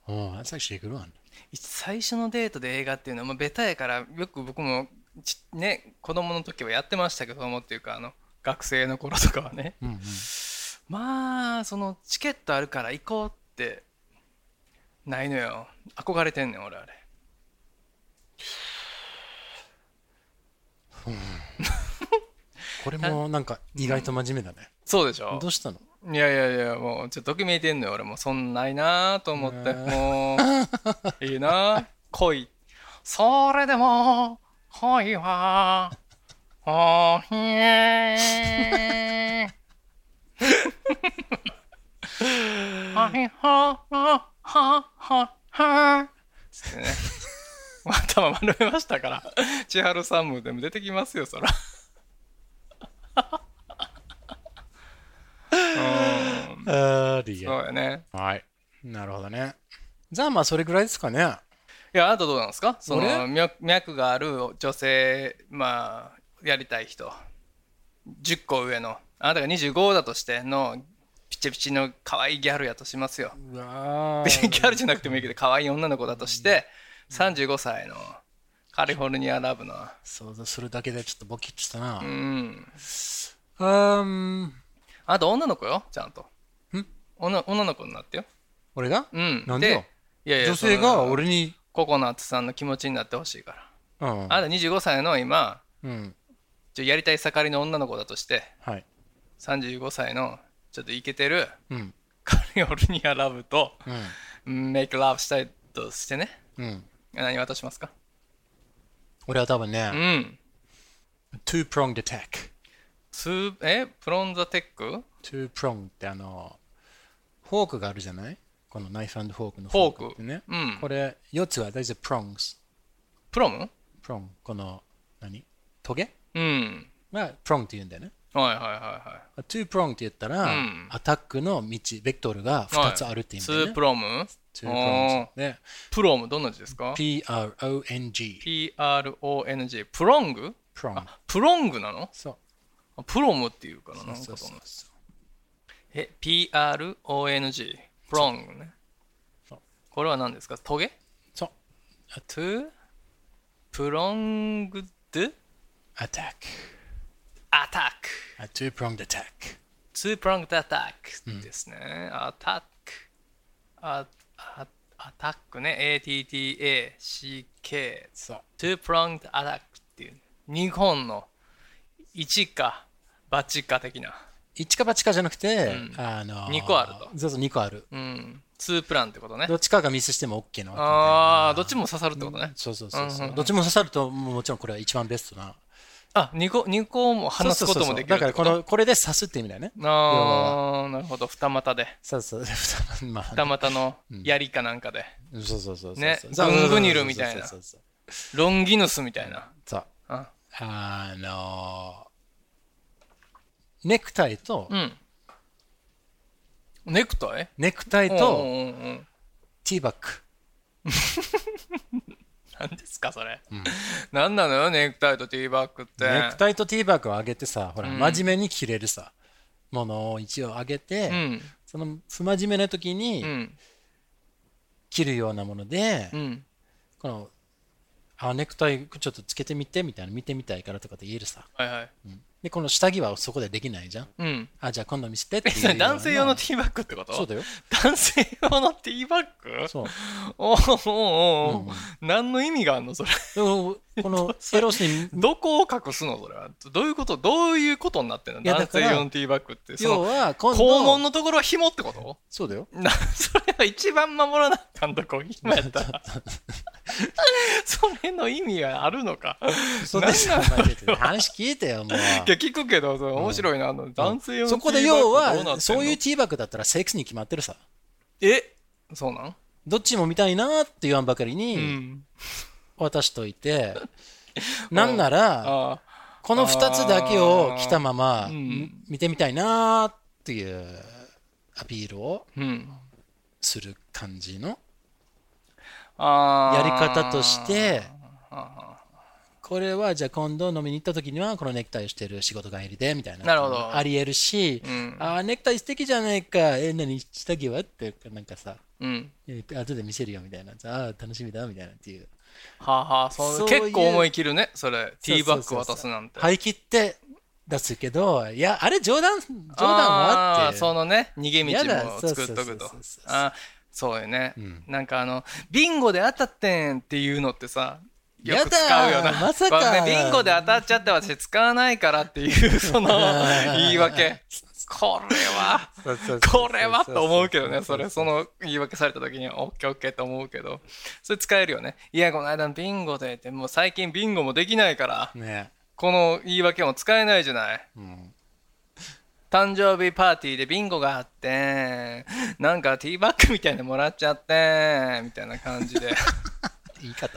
S2: うん。That's actually a good one.
S1: 最初のデートで映画っていうのは、まあ、ベタやからよく僕もちね子供の時はやってましたけど子供っていうかあの学生の頃とかはね
S2: うんうん。
S1: まあそのチケットあるから行こうってないのよ憧れてんねん俺あれ
S2: これもなんか意外と真面目だね。
S1: そうでしょ
S2: どうしたの
S1: いやいやいや、もう、ちょっとときめいてんのよ、俺も。そんないなぁと思って、
S2: ね
S1: もう、いいなぁ、恋。それでも、恋は、おひえ。はいははははは。つってね。頭丸めましたから、千春さんもでも出てきますよ、そら。
S2: あー、リ
S1: そうやね。
S2: はい。なるほどね。じゃあまあそれぐらいですかね。
S1: いや、あなたどうなんですかその
S2: 俺
S1: 脈脈がある女性、まあ、やりたい人、10個上の、あなたが25だとしての、ピチピチの可愛いギャルやとしますよ。
S2: うわ
S1: ギャルじゃなくてもいいけど、可愛い女の子だとして、35歳のカリフォルニアラブの、
S2: 想像するだけでちょっとボキッとしたな
S1: う。ん。
S2: うーん。
S1: あなた女の子よ、ちゃんと。
S2: ん
S1: 女女の子になってよ。
S2: 俺が
S1: うん。
S2: なんでよ
S1: いやいや
S2: 女性が
S1: その
S2: 俺に。
S1: ココナッツさんの気持ちになってほしいから。
S2: うん
S1: あなた25歳の今、
S2: うん。
S1: ちょやりたい盛りの女の子だとして、
S2: はい。
S1: 35歳のちょっとイケてる
S2: うん。
S1: カリフォルニアラブとメイクラブしたいとしてね
S2: うん。うん。
S1: 何渡しますか
S2: 俺は多分
S1: う
S2: ね、
S1: ん
S2: two pronged attack。
S1: スーえプロンザテック
S2: two pronged ってあの、フォークがあるじゃないこのナイフフォークの
S1: フォーク
S2: ってね。
S1: うん
S2: これ、4つは大体 prongs。
S1: プロム
S2: prong。この、何トゲ
S1: うん
S2: が prong って言うんだよね。
S1: はいはいはいは
S2: 2プロンって言ったら、
S1: うん
S2: アタックの道、ベクトルが
S1: いはい
S2: 2つあるって意味だ
S1: ツー
S2: よね
S1: プ。ロム
S2: 2プロン
S1: おー
S2: で、
S1: プロムどんな字ですか
S2: PRONG。
S1: PRONG プロング
S2: プロム。
S1: あ、プロングなの
S2: そう。
S1: あプロムっていうからな。
S2: そうそう
S1: なんか
S2: そ
S1: と思うえ、P-R-O-N-G。プロングね
S2: そう。
S1: これは何ですかトゲ
S2: そう。
S1: トゥプロングドゥ
S2: アタック。
S1: アタック。
S2: A two-pronged attack.
S1: ツープロングアタックですね。アタック。ああアタックね。ATTACK。
S2: そう。
S1: 2プロングアタックっていう。日本の一か八か的な。
S2: 一か八かじゃなくて、あのー
S1: 二個あると
S2: そうそう、2個ある。
S1: うん。2プランってことね
S2: ど。っちかがミスしても OK なわけで
S1: ああ、どっちも刺さるってことね。
S2: そうそうそうそう、
S1: うんうんうん
S2: どっちも刺さるともうもちろんこれは一番ベストな
S1: あ、2個、二個も話すこともできる
S2: そ
S1: って
S2: うそうそうそうだから
S1: こ
S2: こ
S1: と。
S2: のこれで刺すって意味だよね
S1: ああ、なるほど。二股で。
S2: そうそう まあ
S1: 二股の槍かなんかで。
S2: そうそうそうそう
S1: ね
S2: そうそう
S1: ブングニルみたいな
S2: そうそうそう
S1: ロンギヌスみたいな。
S2: そう
S1: あ
S2: あのーネクタイと、
S1: うん。ネクタイ
S2: ネクタイ
S1: うん
S2: と
S1: うんうん
S2: ティーバック
S1: 何ですかそれ、何なのよネクタイとティーバッグって
S2: ネクタイとティーバックを上げてさほら、真面目に着れるさものを一応上げて、
S1: うん
S2: その不真面目な時
S1: う
S2: に
S1: ん
S2: 着るようなもので、
S1: うん
S2: このあネクタイちょっとつけてみてみたいな見てみたいからとかって言えるさ
S1: はいはい
S2: でこの下着はそこでできないじゃん
S1: うん
S2: あじゃあ今度見せてって
S1: えそれ
S2: い う
S1: 男性用のテ
S2: ィ
S1: ィーバッグってこと
S2: そうだよ
S1: 男性用のティーバッグ
S2: そう
S1: おうおうおうおう何の意味があんのそれ
S2: でもこ のエロスに
S1: どこを隠すのそれはどういうことどういうことになってんの
S2: いやだ
S1: 男
S2: か
S1: 性
S2: ら
S1: 用のティーバッグってそ
S2: 要
S1: の
S2: は今度
S1: 肛門のところは紐ってこと
S2: そうだよ
S1: な それは一番守らなあかんとこ今や ったらそれの意味があるのか
S2: そうです
S1: なんなの
S2: 話聞い てよも
S1: いや
S2: う
S1: 聞くけどその面白いな、あの男性用の
S2: そこで
S1: ティーバッグど
S2: 要
S1: うなってんの
S2: はそういうティーバックだったらセックスに決まってるさ
S1: えそうなん
S2: どっちも見たいなって言わんばかり
S1: う
S2: に
S1: ん
S2: 渡しといて、なんなら
S1: あ
S2: この2つだけを着たまま
S1: ーうん
S2: 見てみたいなっていうアピールを
S1: ーうん
S2: する感じの
S1: あー
S2: やり方としてこれはじゃあ今度飲みに行った時にはこのネクタイをしてる仕事帰りでみたいな
S1: なるほど
S2: ありえるし、
S1: うん
S2: あーネクタイ素敵じゃないかえ何下着はってなんかさ
S1: うん
S2: え後で見せるよみたいなあー楽しみだみたいなっていう
S1: はあ、はあ、そ
S2: そうういう
S1: 結構思い切るねそれティーバッグ渡すなんて
S2: 張り切って出すけどいやあれ冗談冗談は
S1: あ
S2: っ
S1: ー
S2: て
S1: そのね逃げ
S2: や
S1: 道
S2: だ
S1: も作っとく
S2: そうそうそう
S1: と
S2: そうそう
S1: あそうよね、
S2: ん
S1: なんかあのビンゴで当たってんっていうのってさよ
S2: や
S1: く
S2: だ
S1: 使うよな
S2: まさか
S1: ごめんビンゴで当たっちゃって私使わないからっていうその言い訳これは
S2: そうそうそう
S1: これはと思うけどね、それ、
S2: そ
S1: そ
S2: う
S1: の言い訳された時に、オッケーオッケーと思うけど、それ使えるよね。いや、この間のビンゴでって、もう最近ビンゴもできないから、
S2: ね
S1: この言い訳も使えないじゃない。
S2: ん
S1: 誕生日パーティーでビンゴがあって、なんかティーバッグみたいなのもらっちゃって、みたいな感じ で。
S2: 言い方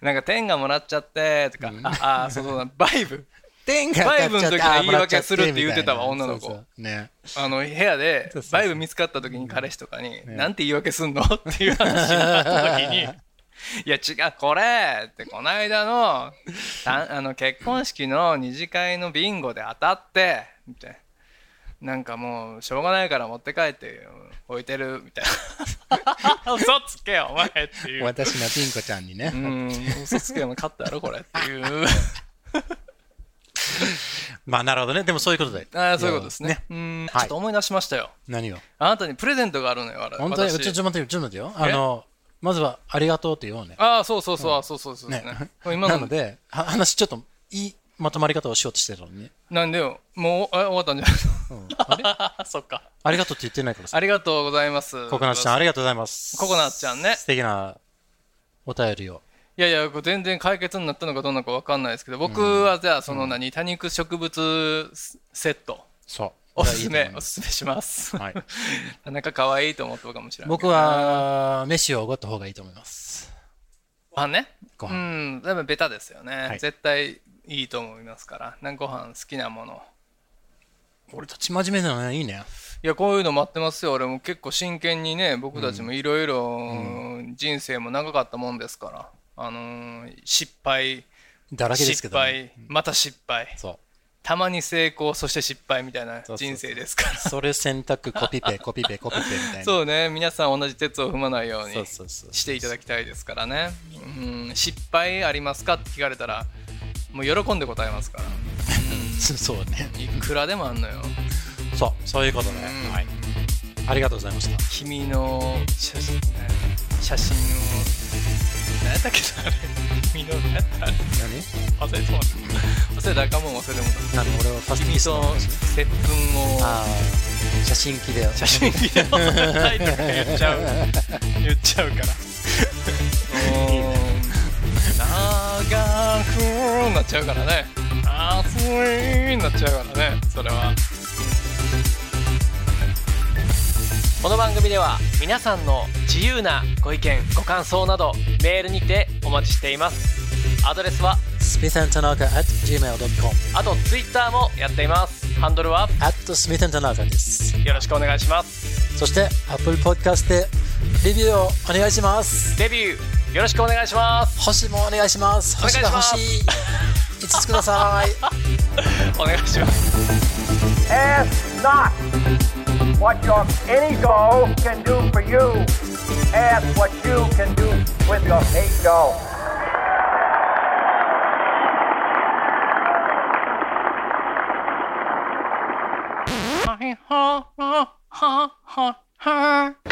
S1: なんか天がもらっちゃってとか、ああそうそうだバイブ
S2: 天が
S1: バイブの時は
S2: あーもらっち
S1: 言い訳
S2: ゃって
S1: するって言ってたわ
S2: みいな
S1: 女の子
S2: そうそうね
S1: あの部屋で
S2: そうそう
S1: バイブ見つかった時に彼氏とかに「なんて言い訳すんの?」っていう話になった時に 「いや違うこれ!」ってこの間のたあの結婚式の二次会のビンゴで当たってみたいな。なんかもうしょうがないから持って帰って置いてるみたいな嘘つけよお前っていう
S2: 私のピンコちゃんにね、
S1: うん嘘つけよ勝ったやろこれって いう
S2: まあなるほどねでもそういうことだよ
S1: ああそういうことですね。うん、
S2: はい
S1: ちょっと思い出しましたよ。
S2: 何を
S1: あなたにプレゼントがあるのよ、あれ。
S2: 本当に
S1: 私
S2: ちょちょ待ってよちょっと待ってよあのまずはありがとうって言おうね
S1: ああ、そうそうそう、あそうそうそうです
S2: ね
S1: ね。今
S2: な
S1: の
S2: のでは話ちょっといいまとまり方をしようとしてるのにね
S1: なんでよ、もう、あ終わったんじゃないの、 そっか。
S2: ありがとうって言ってないからさ
S1: ありがとうございます。
S2: ココナッツちゃんありがとうございます
S1: ココナッツちゃんね
S2: 素敵なお便りを
S1: いやいや、これ全然解決になったのかどうなのかわかんないですけど、僕はじゃあ、その何、多肉植物セット、
S2: そう
S1: おすす
S2: これ
S1: め
S2: いいと思い、
S1: お
S2: ます
S1: すすめします。
S2: はい
S1: なんか可愛いと思ったかもしれない。
S2: 僕、は飯をおごった方がいいと思います
S1: ご飯ね。
S2: ご
S1: う
S2: 飯
S1: ん、多分ベタですよね。
S2: はい
S1: 絶対いいと思いますから。なんかご飯好きなもの。
S2: 俺たち真面目なのねいいね
S1: いやこういうの待ってますよ俺も結構真剣にね僕たちもいろいろ人生も長かったもんですから、あのー失敗
S2: だらけです
S1: 失
S2: けどね、
S1: 敗、また失敗、
S2: そ
S1: たまに成功、そして失敗みたいな
S2: そうそう
S1: 人生ですから。
S2: う。それ選択、コ ピペ、コピペ、コピペみたいな。
S1: そうね、皆さん同じ鉄を踏まないように
S2: そうそうそう
S1: していただきたいですからね。うん、失敗ありますかって聞かれたら、もう喜んで答えますから。
S2: そうそうね。
S1: いくらでもあんのよ。
S2: そう、そういうことね。
S1: うん
S2: はい。ありがとうございました。
S1: 君の写真、写真を、何やったっけなあれ。君の、何やったあれ。忘れてもうた忘れたあかんもん忘れてもう
S2: 何あの、俺はファ
S1: た。
S2: スト
S1: 君
S2: キスの
S1: と
S2: 話
S1: 接吻を。
S2: ああ、写真機で。
S1: 写真ビデオタイとか言っちゃう言っちゃうから長くなっちゃうからね熱いになっちゃうからねそれはこの番組では皆さんの自由なご意見ご感想などメールにてお待ちしていますアドレスは
S2: スミ t ンタナカ at gmail.com
S1: あとツイッターもやっていますハンドルは
S2: at スミ t ンタナカです。
S1: よろしくお願いします
S2: そして、Apple Podcast でレビューをお願いします。
S1: デビューよろしくお願いします
S2: 星もお願いします。
S1: 願い
S2: 星
S1: し
S2: が
S1: ま
S2: 欲
S1: す
S2: しい。5つください。
S1: お願いします
S6: Ask not what your any goal can do for you. Ask what you can do with your eight goal.
S1: Hi, ho, ho, ho, ho, her.